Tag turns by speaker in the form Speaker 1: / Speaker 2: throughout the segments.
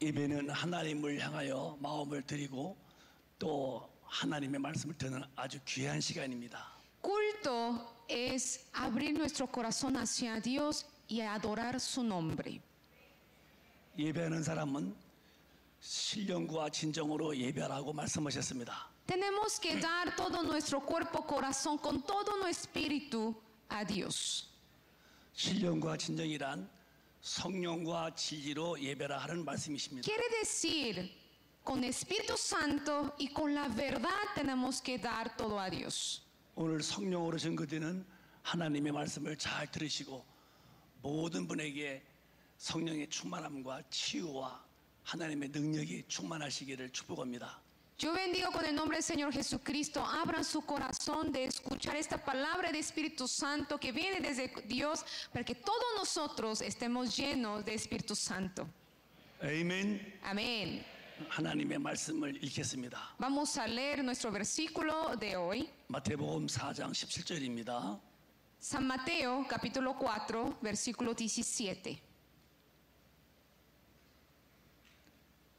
Speaker 1: 예배는 하나님을 향하여 마음을 드리고 또 하나님의 말씀을 듣는 아주 귀한 시간입니다.
Speaker 2: Culto es abrir nuestro corazón hacia Dios y adorar su nombre.
Speaker 1: 예배하는 사람은 신령과 진정으로 예배하라고 말씀하셨습니다.
Speaker 2: Tenemos que dar todo nuestro cuerpo, corazón, con todo nuestro espíritu a Dios.
Speaker 1: 신령과 진정이란 성령과 진리로 예배라 하는 말씀이십니다.
Speaker 2: Quiere decir, con Espíritu Santo y con la verdad tenemos que dar todo a Dios.
Speaker 1: 오늘 성령으로 증거되는 하나님의 말씀을 잘 들으시고 모든 분에게 성령의 충만함과 치유와 하나님의 능력이 충만하시기를 축복합니다.
Speaker 2: Yo bendigo con el nombre del Señor Jesucristo. Abran su corazón de escuchar esta palabra de Espíritu Santo que viene desde Dios para que todos nosotros estemos llenos de Espíritu Santo.
Speaker 1: 아멘.
Speaker 2: Amén.
Speaker 1: 하나님의 말씀을 읽겠습니다.
Speaker 2: Vamos a leer nuestro versículo de hoy.
Speaker 1: 마태복음 4장 17절입니다.
Speaker 2: San Mateo capítulo 4, versículo 17.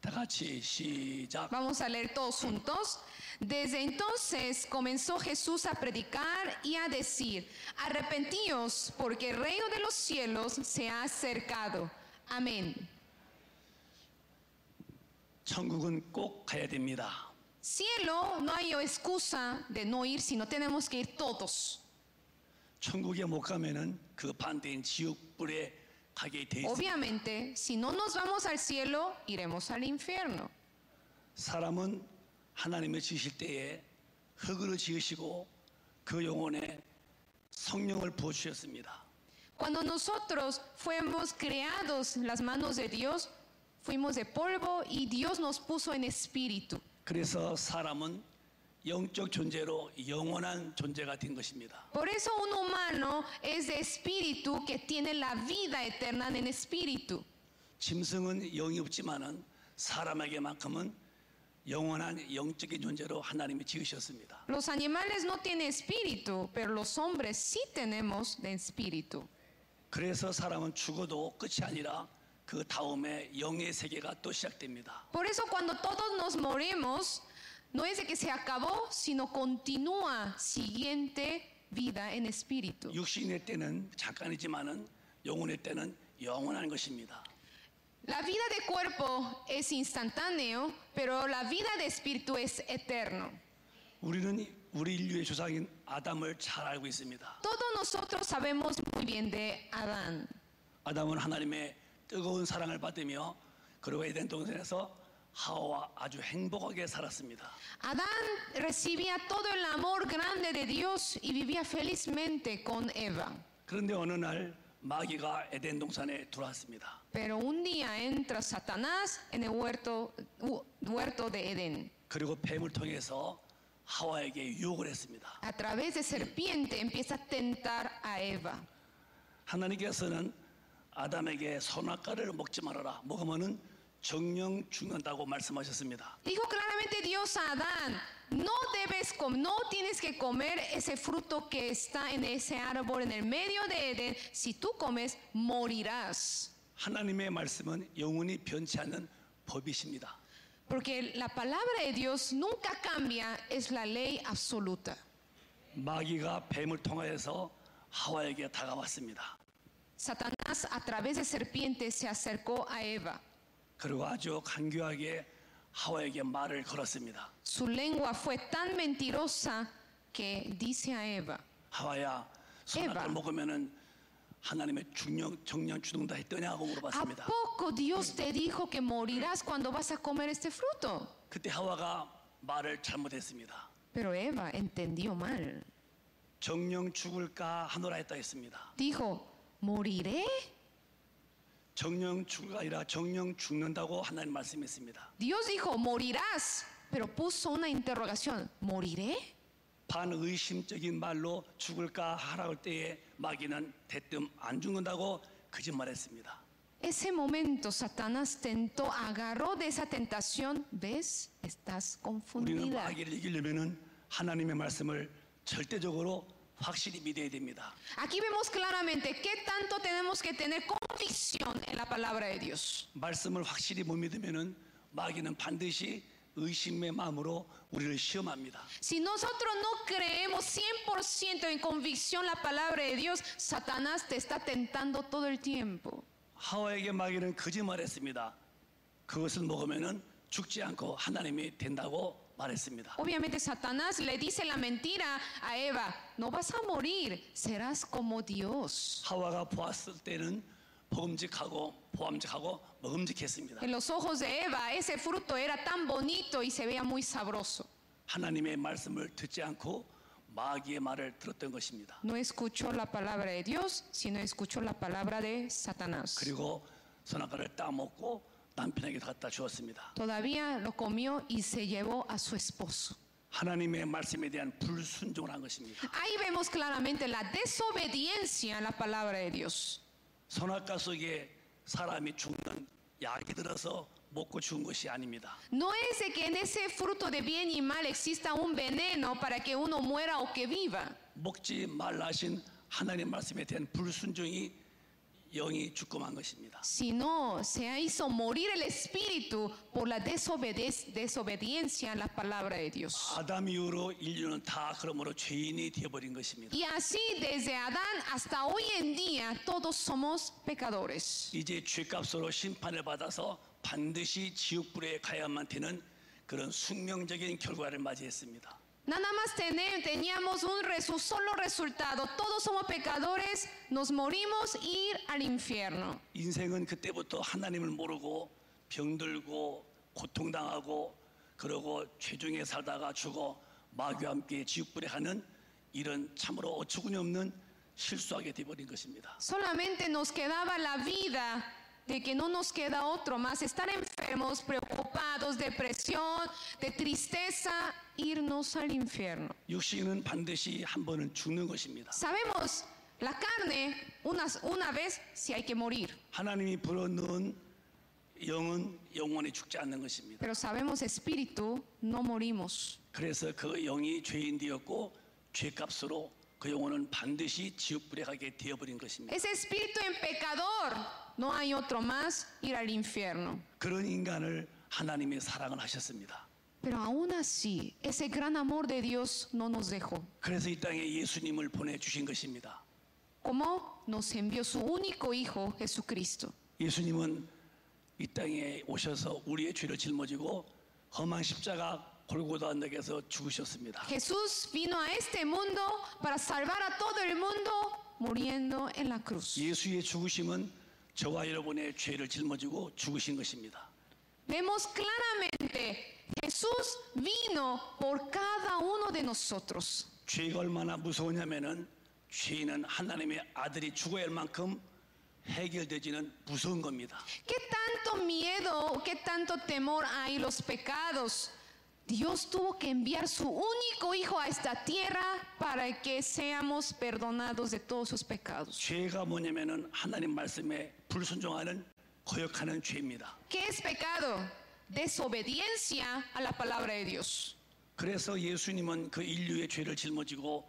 Speaker 1: 다 같이 시작.
Speaker 2: Vamos a leer todos juntos. Desde entonces comenzó Jesús a predicar y a decir, arrepentíos porque el reino de los cielos se ha acercado. Amén.
Speaker 1: 천국은 꼭 가야 됩니다.
Speaker 2: Cielo, no hay excusa de no ir, sino tenemos que ir todos.
Speaker 1: 천국에 못 가면은 그 반대인 지옥 불에 가게 돼 있습니다.
Speaker 2: Obviamente, si no nos vamos al cielo, iremos al infierno.
Speaker 1: 사람은 하나님을 지으실 때에 흙으로 지으시고 그 영혼에 성령을 부어주셨습니다.
Speaker 2: Cuando nosotros fuimos creados en las manos de Dios, fuimos de polvo y Dios nos puso en espíritu.
Speaker 1: 그래서 사람은 영적 존재로 영원한 존재가 된 것입니다.
Speaker 2: Por eso un humano es de espíritu que tiene la vida eterna en espíritu.
Speaker 1: 짐승은 영이 없지만은 사람에게만큼은 영원한 영적인 존재로 하나님이 지으셨습니다.
Speaker 2: Los animales no tienen espíritu, pero los hombres sí tenemos de espíritu.
Speaker 1: 그래서 사람은 죽어도 끝이 아니라 그 다음에 영의 세계가 또 시작됩니다.
Speaker 2: Por eso cuando todos nos morimos, no es de que se acabó, sino continúa siguiente vida en espíritu.
Speaker 1: 육신의 때는 잠깐이지만은 영혼의 때는 영원한 것입니다.
Speaker 2: La vida de cuerpo es instantáneo, pero la vida de espíritu es eterno.
Speaker 1: 우리는 우리 인류의 조상인 아담을 잘 알고 있습니다.
Speaker 2: Todos nosotros sabemos muy bien de Adán.
Speaker 1: 아담은 하나님의 뜨거운 사랑을 받으며 그리고 에덴 동산에서 하와 아주 행복하게 살았습니다.
Speaker 2: Adán recibía todo el amor grande de Dios y vivía felizmente con Eva.
Speaker 1: 그런데 어느 날 마귀가 에덴 동산에 들어왔습니다.
Speaker 2: Pero un día entra Satanás en el huerto, hu- huerto de Edén.
Speaker 1: 그리고 뱀을 통해서 하와에게 유혹을 했습니다.
Speaker 2: A través de serpiente empieza a tentar a Eva.
Speaker 1: 하나님께서는 아담에게 선악과를 먹지 말아라. 먹으면은 정령 죽는다고 말씀하셨습니다.
Speaker 2: Dijo claramente Dios a Adán, no debes com- no tienes que comer ese fruto que está en ese árbol en el medio de Edén. Si tú comes, morirás.
Speaker 1: 하나님의 말씀은 영원히 변치 않는 법이십니다.
Speaker 2: Porque la palabra de Dios nunca cambia, es la ley absoluta.
Speaker 1: 마귀가 뱀을 통하여서 하와에게 다가왔습니다.
Speaker 2: Satanás a través de serpientes se acercó a Eva.
Speaker 1: 그리고 아주 간교하게 하와에게 말을 걸었습니다.
Speaker 2: Su lengua fue tan mentirosa que dice a Eva,
Speaker 1: 하와야, 선악을
Speaker 2: 에바.
Speaker 1: 먹으면은 하나님의 중령 정령 주둥다 했더냐고
Speaker 2: ¿a
Speaker 1: 물어봤습니다.
Speaker 2: poco Dios te dijo que morirás cuando vas a comer este fruto?
Speaker 1: 그때 하와가 말을 잘못했습니다.
Speaker 2: Pero Eva entendió mal.
Speaker 1: 정령 죽을까 하노라 했다 했습니다.
Speaker 2: Dijo, ¿moriré?
Speaker 1: 정령 죽을까 아니라 정령 죽는다고 하나님 말씀했습니다.
Speaker 2: Dios dijo, morirás. Pero puso una interrogación, ¿moriré?
Speaker 1: 반의심적인 말로 죽을까 하라고 할 때에 마귀는 대뜸 안 죽는다고 거짓말했습니다.
Speaker 2: Ese momento Satanás tentó, agarró de esa tentación, ¿ves? Estás
Speaker 1: 우리는
Speaker 2: confundida.
Speaker 1: 마귀를 이기려면은 하나님의 말씀을 절대적으로 확실히 믿어야 됩니다.
Speaker 2: Aquí vemos claramente qué tanto tenemos que tener convicción en la palabra de Dios.
Speaker 1: 말씀을 확실히 못 믿으면은 마귀는 반드시 의심의 마음으로 우리를 시험합니다.
Speaker 2: Si nosotros no creemos 100% en convicción la palabra de Dios, Satanás te está tentando todo el tiempo.
Speaker 1: 하와에게 마귀는 거짓말했습니다. 그것을 먹으면은 죽지 않고 하나님이 된다고 말했습니다.
Speaker 2: Obviamente Satanás le dice la mentira a Eva, no vas a morir, serás como Dios.
Speaker 1: 하와가 보았을 때는 보음직하고 보암직하고 먹음직했습니다.
Speaker 2: En los ojos de Eva ese fruto era tan bonito y se veía muy sabroso.
Speaker 1: 하나님의 말씀을 듣지 않고 마귀의 말을 들었던 것입니다.
Speaker 2: No escuchó la palabra de Dios, sino escuchó la palabra de Satanás.
Speaker 1: 그리고 선악과를 따먹고 남편에게 갖다 주었습니다.
Speaker 2: Todavía lo comió y se llevó a su esposo.
Speaker 1: 하나님의 말씀에 대한 불순종을 한 것입니다.
Speaker 2: Ahí vemos claramente la desobediencia a la palabra de Dios.
Speaker 1: 선악과 속에 사람이 죽는 약이 들어서 먹고 죽은 것이 아닙니다.
Speaker 2: No es de que en ese fruto de bien y mal exista un veneno para que uno muera o que viva.
Speaker 1: 먹지 말라 하신 하나님 말씀에 대한 불순종이 영이 죽고만 것입니다.
Speaker 2: sino se hizo morir el espíritu por la desobede- desobediencia a la palabra de Dios.
Speaker 1: 아담 이후로 인류는 다 그러므로 죄인이 되어버린 것입니다.
Speaker 2: Y así desde Adán hasta hoy en día todos somos pecadores.
Speaker 1: 이제 죄값으로 심판을 받아서 반드시 지옥불에 가야만 되는 그런 숙명적인 결과를 맞이했습니다.
Speaker 2: Nada más tener- teníamos un resu- solo resultado, todos somos pecadores, nos morimos ir al infierno.
Speaker 1: 인생은 그때부터 하나님을 모르고 병들고 고통당하고 그러고 죄중에 살다가 죽어 마귀와 함께 지옥불에 가는 이런 참으로 어처구니 없는 실수하게 되어버린 것입니다.
Speaker 2: Solamente nos quedaba la vida de que no nos queda otro más, estar enfermos, preocupados, depresión, de tristeza, irnos al infierno.
Speaker 1: 육신은 반드시 한 번은 죽는 것입니다.
Speaker 2: Sabemos, la carne, una, una vez, si hay que morir,
Speaker 1: 하나님이 불어넣은 영은 영원히 죽지 않는 것입니다.
Speaker 2: pero sabemos, espíritu, no morimos.
Speaker 1: 그래서 그 영이 죄인 되었고 죄값으로 그 영혼은 반드시 지옥불에 가게 되어버린 것입니다.
Speaker 2: Ese espíritu en pecador, no hay otro más, ir al infierno.
Speaker 1: 그런 인간을 하나님의 사랑을 하셨습니다.
Speaker 2: Pero aún así, ese gran amor de Dios no nos dejó.
Speaker 1: 그래서 이 땅에 예수님을 보내주신 것입니다.
Speaker 2: Como nos envió su único Hijo, Jesucristo.
Speaker 1: 예수님은 이 땅에 오셔서 우리의 죄를 짊어지고 험한 십자가 골고다 언덕에서 죽으셨습니다.
Speaker 2: Jesús vino a este mundo para salvar a todo el mundo muriendo en la cruz.
Speaker 1: 예수의 죽으심은 저와 여러분의 죄를 짊어지고 죽으신 것입니다.
Speaker 2: Vemos claramente, Jesús vino por cada uno de nosotros.
Speaker 1: 죄가 얼마나 무서우냐면은 죄인은 하나님의 아들이 죽어야 할 만큼 해결되지는 무서운 겁니다.
Speaker 2: ¿Qué tanto miedo, qué tanto temor hay los pecados? Dios tuvo que enviar su único hijo a esta tierra para que seamos perdonados de todos sus pecados.
Speaker 1: 죄가 뭐냐면은 하나님 말씀에 불순종하는 거역하는 죄입니다.
Speaker 2: ¿Qué es pecado? Desobediencia a la palabra de Dios.
Speaker 1: 그래서 예수님은 그 인류의 죄를 짊어지고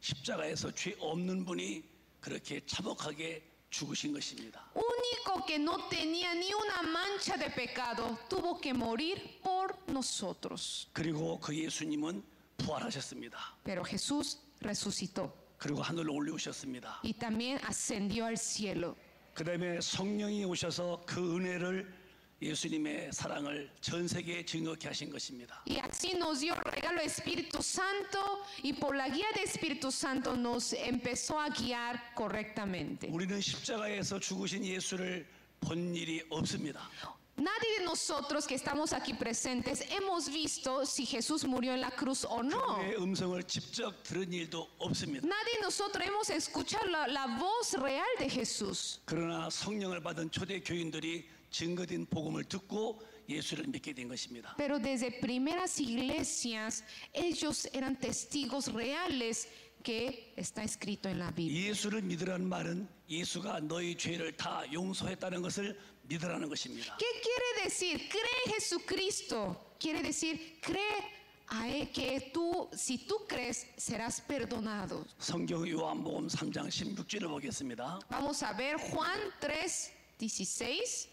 Speaker 1: 십자가에서 죄 없는 분이 그렇게 참혹하게 죽으신 것입니다.
Speaker 2: Único que no tenía ni una mancha de pecado, tuvo que morir por nosotros.
Speaker 1: 그리고 그 예수님은 부활하셨습니다.
Speaker 2: Pero Jesús resucitó
Speaker 1: 그리고 하늘로 올려오셨습니다.
Speaker 2: y también ascendió al cielo.
Speaker 1: 그 다음에 성령이 오셔서 그 은혜를 예수님의 사랑을 전 세계에 증거케 하신 것입니다.
Speaker 2: Y así nos dio el regalo de Espíritu Santo y por la guía de Espíritu Santo nos empezó a guiar correctamente.
Speaker 1: 우리는 십자가에서 죽으신 예수를 본 일이 없습니다.
Speaker 2: Nadie de nosotros que estamos aquí presentes hemos visto si Jesús murió en la cruz o no.
Speaker 1: 그의 음성을 직접 들은 일도 없습니다.
Speaker 2: Nadie de nosotros hemos escuchado la, la voz real de Jesús.
Speaker 1: 그러나 성령을 받은 초대 교인들이 증거된 복음을 듣고 예수를 믿게 된 것입니다.
Speaker 2: Pero desde primeras iglesias ellos eran testigos reales que está escrito en la Biblia.
Speaker 1: 예수를 믿으라는 말은 예수가 너희 죄를 다 용서했다는 것을 믿으라는 것입니다.
Speaker 2: ¿Qué quiere decir? Cree en Jesucristo. Quiere decir, cree a él que tú, si tú crees, serás perdonado.
Speaker 1: 성경 요한복음 3장 16절을 보겠습니다.
Speaker 2: Vamos a ver Juan 3, 16.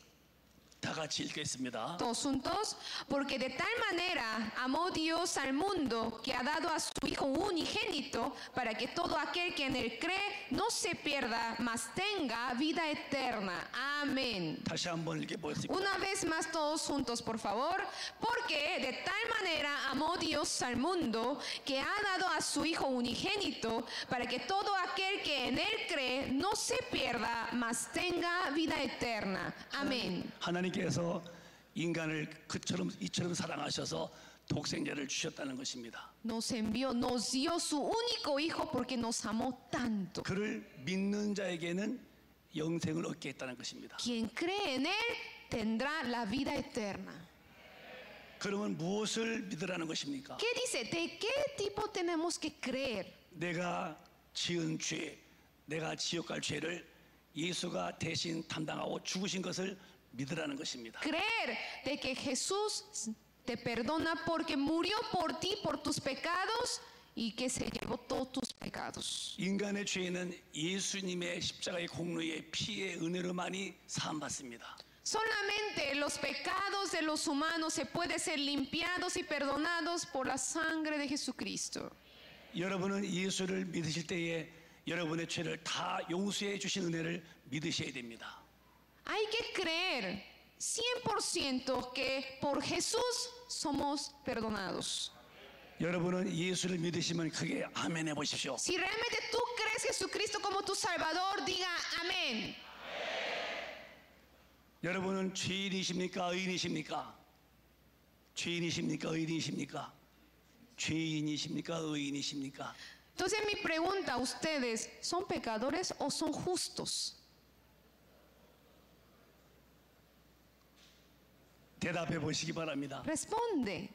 Speaker 1: 다 같이 읽겠습니다.
Speaker 2: Todos juntos, porque de tal manera amó Dios al mundo que ha dado a su Hijo unigénito para que todo aquel que en él cree no se pierda, mas tenga vida eterna. Amén.
Speaker 1: 다시 한번 읽어보겠습니다.
Speaker 2: Una vez más todos juntos, por favor, porque de tal manera amó Dios al mundo que ha dado a su Hijo unigénito para que todo aquel que en él cree no se pierda, mas tenga vida eterna. Amén.
Speaker 1: 하나님께서 인간을 그처럼 이처럼 사랑하셔서 독생자를 주셨다는 것입니다.
Speaker 2: Nos envió, nos dio su único Hijo porque nos amó tanto.
Speaker 1: 그를 믿는 자에게는 영생을 얻게 했다는 것입니다.
Speaker 2: Quien cree en él tendrá la vida eterna.
Speaker 1: 그러면 무엇을 믿으라는 것입니까?
Speaker 2: ¿Qué dice? ¿De qué tipo tenemos que creer?
Speaker 1: 내가 지은 죄, 내가 지옥 갈 죄를 예수가 대신 담당하고 죽으신 것을 믿으라는 것입니다.
Speaker 2: creer de que Jesús te perdona porque murió por ti, por tus pecados y que se llevó todos tus pecados.
Speaker 1: 인간의 죄는 예수님의 십자가의 공로의 피의 은혜로만이 사함받습니다.
Speaker 2: Solamente los pecados de los humanos se pueden ser limpiados y perdonados por la sangre de Jesucristo.
Speaker 1: 여러분은 예수를 믿으실 때에 여러분의 죄를 다 용서해 주신 은혜를 믿으셔야 됩니다.
Speaker 2: Hay que creer 100% que por Jesús somos perdonados.
Speaker 1: 여러분은 예수를 믿으시면 크게 아멘 해 보십시오.
Speaker 2: Si realmente tú crees a Jesucristo como tu Salvador, diga amén.
Speaker 1: 여러분은 죄인이십니까? 의인이십니까? 죄인이십니까? 의인이십니까? 죄인이십니까? 의인이십니까?
Speaker 2: Entonces mi pregunta a ustedes, ¿son pecadores o son justos?
Speaker 1: 대답해 보시기 바랍니다.
Speaker 2: Responde.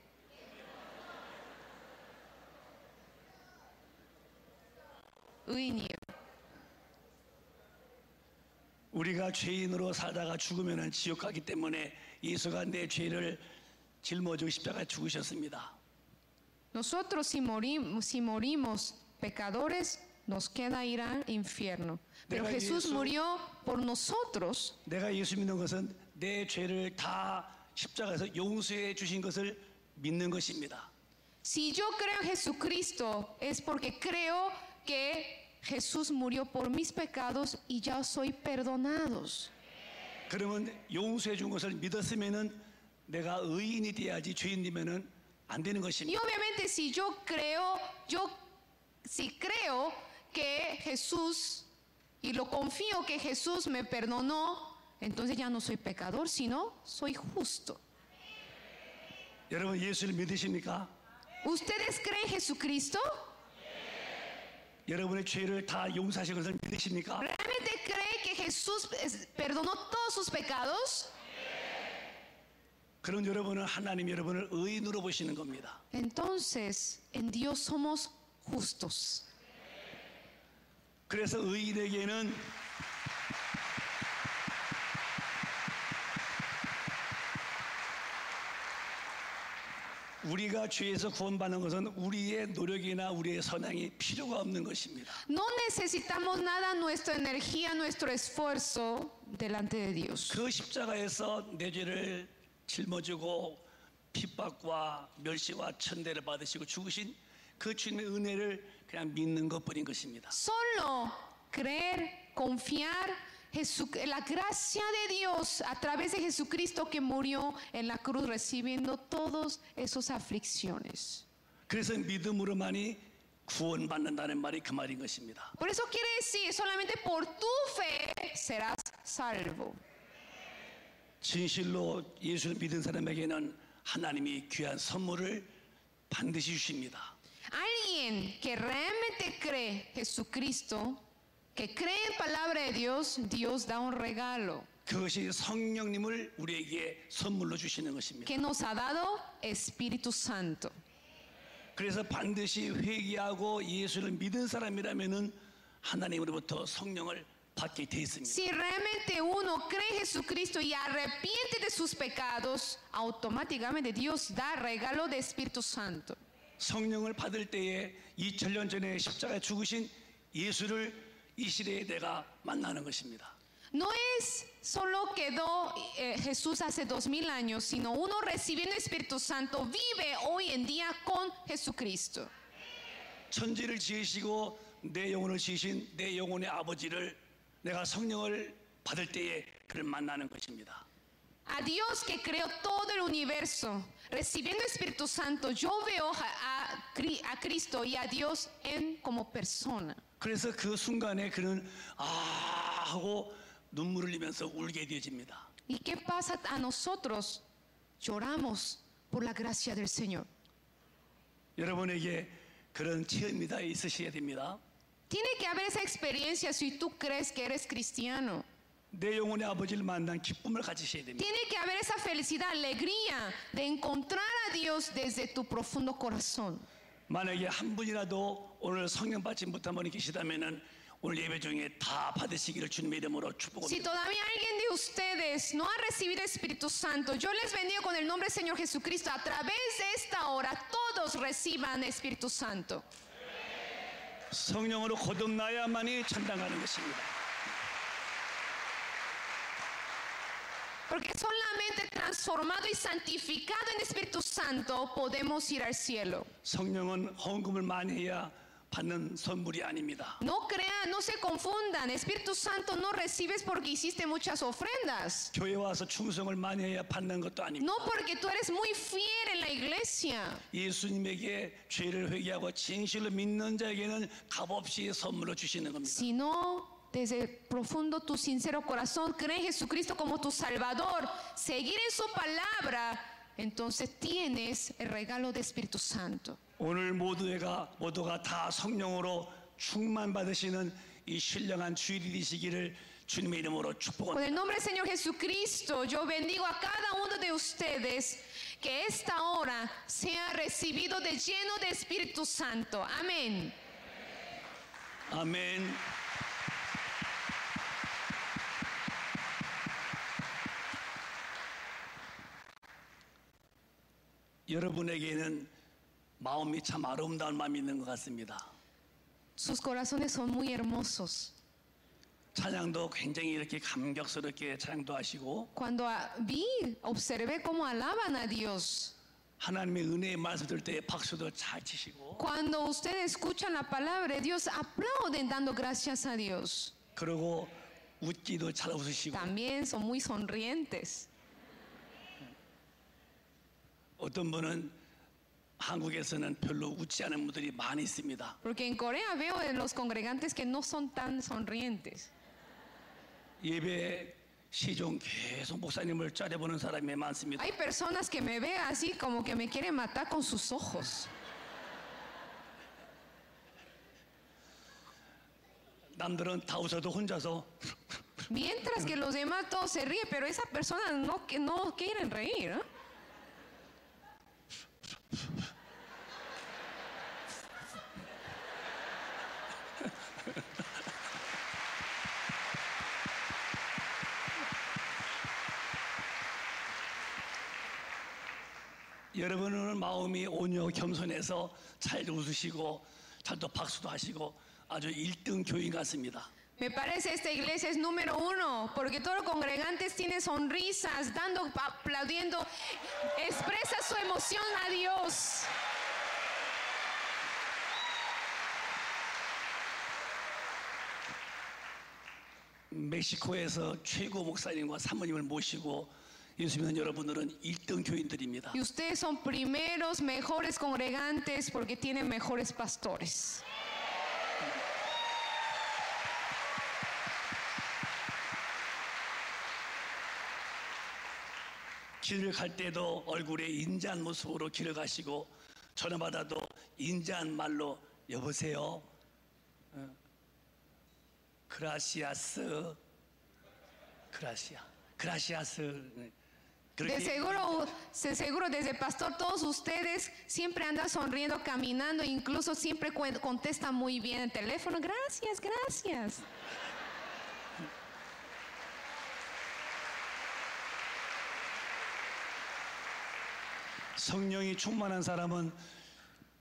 Speaker 2: 의인이요.
Speaker 1: 우리가 죄인으로 살다가 죽으면 지옥 가기 때문에 예수가 내 죄를 짊어지고 십자가에 죽으셨습니다.
Speaker 2: Nosotros si morimos, si morimos pecadores, nos queda ir al infierno. Pero
Speaker 1: Deja
Speaker 2: Jesús
Speaker 1: eso.
Speaker 2: murió por nosotros.
Speaker 1: 내가 예수 믿는 것은 내 죄를 다 십자가에서 용서해 주신 것을 믿는 것입니다.
Speaker 2: Si yo creo en Jesucristo, es porque creo que Jesús murió por mis pecados y ya soy perdonados.
Speaker 1: 그러면 용서해 준 것을 믿었으면은 내가 의인이 돼야지 죄인이면은 안 되는
Speaker 2: Y
Speaker 1: 것입니다.
Speaker 2: obviamente si yo creo, yo si creo que Jesús y lo confío que Jesús me perdonó, entonces ya no soy pecador, sino soy justo.
Speaker 1: 여러분 예수를 믿으십니까?
Speaker 2: ¿Ustedes creen en Jesucristo?
Speaker 1: 여러분의 죄를 다 용서하신 것을 믿으십니까?
Speaker 2: ¿Realmente cree que Jesús es- perdonó todos sus pecados?
Speaker 1: 그런 여러분은 하나님 여러분을 의인으로 보시는 겁니다.
Speaker 2: Entonces, en Dios somos justos.
Speaker 1: 그래서 의인에게는 우리가 죄에서 구원받는 것은 우리의 노력이나 우리의 선행이 필요가 없는 것입니다.
Speaker 2: No necesitamos nada, nuestra energía, nuestro esfuerzo delante de Dios.
Speaker 1: 그 십자가에서 내 죄를 짊어지고 핍박과 멸시와 천대를 받으시고 죽으신 그 주님의 은혜를 그냥 믿는 것뿐인 것입니다.
Speaker 2: Solo creer, confiar Jesu- en la gracia de Dios a través de Jesucristo que murió en la cruz recibiendo todas esas aflicciones.
Speaker 1: 그래서 믿음으로만이 구원받는다는 말이 그 말인 것입니다.
Speaker 2: Por eso quiere decir, solamente por tu fe serás salvo.
Speaker 1: 진실로 예수를 믿은 사람에게는 하나님이 귀한 선물을 반드시 주십니다.
Speaker 2: Alguien que realmente cree Jesucristo, que cree en palabra de Dios, Dios da un regalo
Speaker 1: 그것이 성령님을 우리에게 선물로 ju시는 것입니다.
Speaker 2: que nos ha dado Espíritu Santo.
Speaker 1: 그래서 반드시 회개하고 예수를 믿은 사람이라면은 하나님으로부터 성령을 받게 돼 있습니다.
Speaker 2: Si realmente uno cree en Jesucristo y arrepiente de sus pecados, automáticamente Dios da regalo de Espíritu Santo.
Speaker 1: 성령을 받을 때에 2000년 전에 십자가에 죽으신 예수를 이 시대에 내가 만나는 것입니다.
Speaker 2: No es solo quedó eh, Jesús hace dos mil años, sino uno recibiendo Espíritu Santo vive hoy en día con Jesucristo.
Speaker 1: 천지를 지으시고 내 영혼을 지으신 내 영혼의 아버지를 내가 성령을 받을 때에 그를 만나는 것입니다.
Speaker 2: A Dios que creó todo el universo, recibiendo Espíritu Santo, yo veo a, a Cri- a Cristo y a Dios en como persona.
Speaker 1: 그래서 그 순간에 그는 아 하고 눈물을 흘리면서 울게 되어집니다.
Speaker 2: ¿Y qué pasa a nosotros? Lloramos por la gracia del Señor.
Speaker 1: 여러분에게 그런 체험이 다 있으셔야 됩니다.
Speaker 2: Tiene que haber esa experiencia si tú crees que eres cristiano.
Speaker 1: 내 영혼의 아버지를 만난 기쁨을 가지셔야 됩니다.
Speaker 2: Tiene que haber esa felicidad, alegría de encontrar a Dios desde tu profundo corazón.
Speaker 1: 만약에 한 분이라도 오늘 성령 받지 못한 분이 계시다면은 오늘 예배 중에 다 받으시기를 주님의 이름으로
Speaker 2: Si
Speaker 1: 축복합니다.
Speaker 2: todavía alguien de ustedes no ha recibido Espíritu Santo, yo les bendigo con el nombre del Señor Jesucristo. A través de esta hora, todos reciban Espíritu Santo.
Speaker 1: 성령으로 거듭나야만이 참당하는 것입니다.
Speaker 2: Porque solamente transformado y santificado en Espíritu Santo podemos ir al cielo.
Speaker 1: 성령은 헌금을 많이 해야 받는 선물이 아닙니다.
Speaker 2: No crean, no se confundan. Espíritu Santo no recibes porque hiciste muchas ofrendas.
Speaker 1: 교회 와서 충성을 많이 해야 받는 것도 아닙니다.
Speaker 2: No porque tú eres muy fiel en la iglesia.
Speaker 1: 예수님에게 죄를 회개하고 진실로 믿는 자에게는 값없이 선물로 ju시는 겁니다.
Speaker 2: sino desde profundo tu sincero corazón cree en Jesucristo como tu Salvador, seguir en su palabra, entonces tienes el regalo de Espíritu Santo.
Speaker 1: 오늘 모두가 모두가 다 성령으로 충만 받으시는 이 신령한 주일이 되시기를 주님의 이름으로
Speaker 2: Con
Speaker 1: 축복합니다.
Speaker 2: el nombre del Señor Jesucristo, yo bendigo a cada uno de ustedes que esta hora sea recibido de lleno de Espíritu Santo. Amén.
Speaker 1: 아멘. 여러분에게는 마음이 참 아름다운 마음이 있는 것 같습니다.
Speaker 2: Sus corazones son muy hermosos.
Speaker 1: 찬양도 굉장히 이렇게 감격스럽게 찬양도 하시고
Speaker 2: Cuando ah, vi, observé cómo alaban a Dios.
Speaker 1: 하나님의 은혜의 말씀 들을 때 박수도 잘 치시고
Speaker 2: Cuando ustedes escuchan la palabra de Dios, aplauden dando gracias a Dios.
Speaker 1: 그리고 웃기도 잘 웃으시고
Speaker 2: También son muy sonrientes.
Speaker 1: 어떤 분은 한국에서는 별로 웃지 않은 분들이 많이 있습니다.
Speaker 2: Porque en Corea veo en los congregantes que no son tan sonrientes.
Speaker 1: 예배 시종 계속 목사님을 짜려보는 사람이 많습니다.
Speaker 2: Hay personas que me ven así como que me quieren matar con sus ojos.
Speaker 1: 남들은 다 웃어도 혼자서
Speaker 2: Mientras que los demás todos se ríen, pero esas personas no, que no quieren reír. ¿eh?
Speaker 1: 여러분은 마음이 온유하고 겸손해서 잘 웃으시고 잘또 박수도 하시고 아주 일등 교인 같습니다.
Speaker 2: Me parece esta iglesia es número uno, porque todos los congregantes tienen sonrisas, dando, aplaudiendo, expresa su emoción a Dios.
Speaker 1: 멕시코에서 최고 목사님과 사모님을 모시고 예수 믿는 여러분들은 일등 교인들입니다.
Speaker 2: Y ustedes son primeros, mejores congregantes porque tienen mejores pastores.
Speaker 1: 길을 갈 때도 얼굴에 인자한 모습으로 길을 가시고 전화 받아도 인자한 말로 여보세요. 어, 그라시아스. 그라시아. 그라시아스. 네.
Speaker 2: De
Speaker 1: 그렇게
Speaker 2: seguro, de seguro desde pastor, todos ustedes siempre andan sonriendo, caminando, incluso siempre cuen- contestan muy bien el teléfono. Gracias, gracias.
Speaker 1: 성령이 충만한 사람은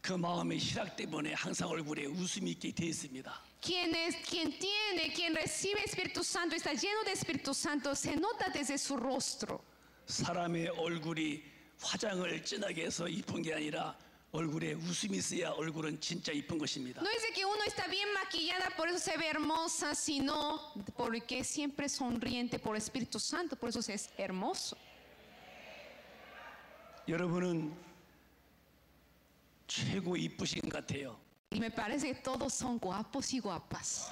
Speaker 1: 그 마음의 희락 때문에 항상 얼굴에 웃음이 있게 되어 있습니다.
Speaker 2: Quien, es, quien tiene, quien recibe Espíritu Santo, está lleno de Espíritu Santo, se nota desde su rostro.
Speaker 1: 사람의 얼굴이 화장을 진하게 해서 이쁜 게 아니라 얼굴에 웃음이 있어야 얼굴은 진짜 이쁜 것입니다.
Speaker 2: No es de que uno está bien maquillada, por eso se ve hermosa, sino porque siempre sonriente por Espíritu Santo, por eso se es hermoso.
Speaker 1: 여러분은 최고 이쁘신 것 같아요.
Speaker 2: Y me parece que todos son guapos y guapas.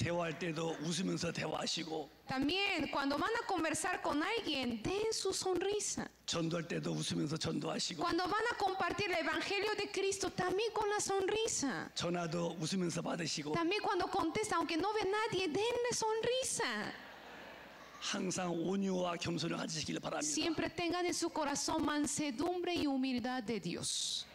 Speaker 1: 대화할 때도 웃으면서 대화하시고
Speaker 2: También cuando van a conversar con alguien, den su sonrisa.
Speaker 1: 전도할 때도 웃으면서 전도하시고
Speaker 2: Cuando van a compartir el Evangelio de Cristo, también con la sonrisa.
Speaker 1: 전화도 웃으면서 받으시고
Speaker 2: También cuando contesta, aunque no ve nadie, denle sonrisa.
Speaker 1: 항상 온유와 겸손을 가지시길 바랍니다.
Speaker 2: Siempre tengan en su corazón mansedumbre y humildad de Dios.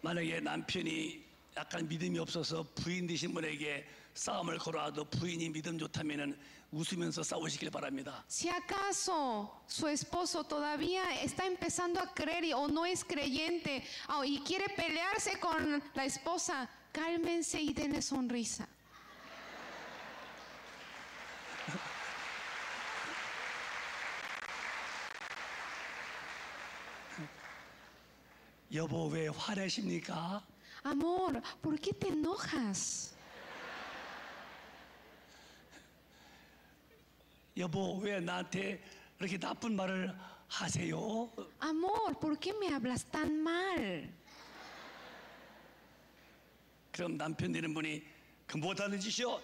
Speaker 1: 만약에 남편이 약간 믿음이 없어서 부인 되신 분에게 싸움을 걸어와도 부인이 믿음 좋다면은 웃으면서 싸우시길 바랍니다.
Speaker 2: Si acaso su esposo todavía está empezando a creer y- o no es creyente ah, y quiere pelearse con la esposa, cálmense y denle sonrisa.
Speaker 1: 여보 왜 화내십니까?
Speaker 2: Amor, ¿por qué te enojas?
Speaker 1: 여보 왜 나한테 이렇게 나쁜 말을 하세요?
Speaker 2: Amor, ¿por qué me hablas tan mal?
Speaker 1: 그럼 남편 되는 분이 그 못하는 짓이요.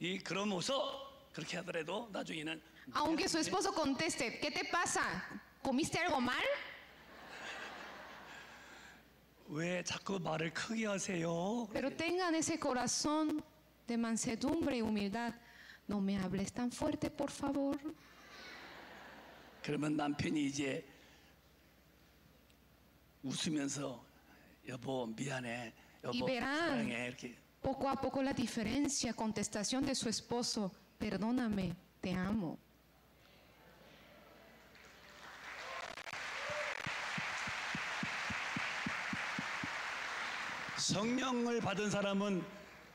Speaker 1: 이 그러면서 그렇게 하더라도 나중에는
Speaker 2: Aunque su esposo conteste, ¿qué te pasa? ¿Comiste algo mal?
Speaker 1: 왜 자꾸 말을 크게 하세요?
Speaker 2: Pero tengan ese corazón de mansedumbre y humildad. No me hables tan fuerte, por favor.
Speaker 1: 그러면 남편이 이제 웃으면서 여보 미안해 여보
Speaker 2: 이베랑.
Speaker 1: 사랑해 이렇게
Speaker 2: Poco a poco la diferencia, contestación de su esposo, perdóname, te amo.
Speaker 1: 성령을 받은 사람은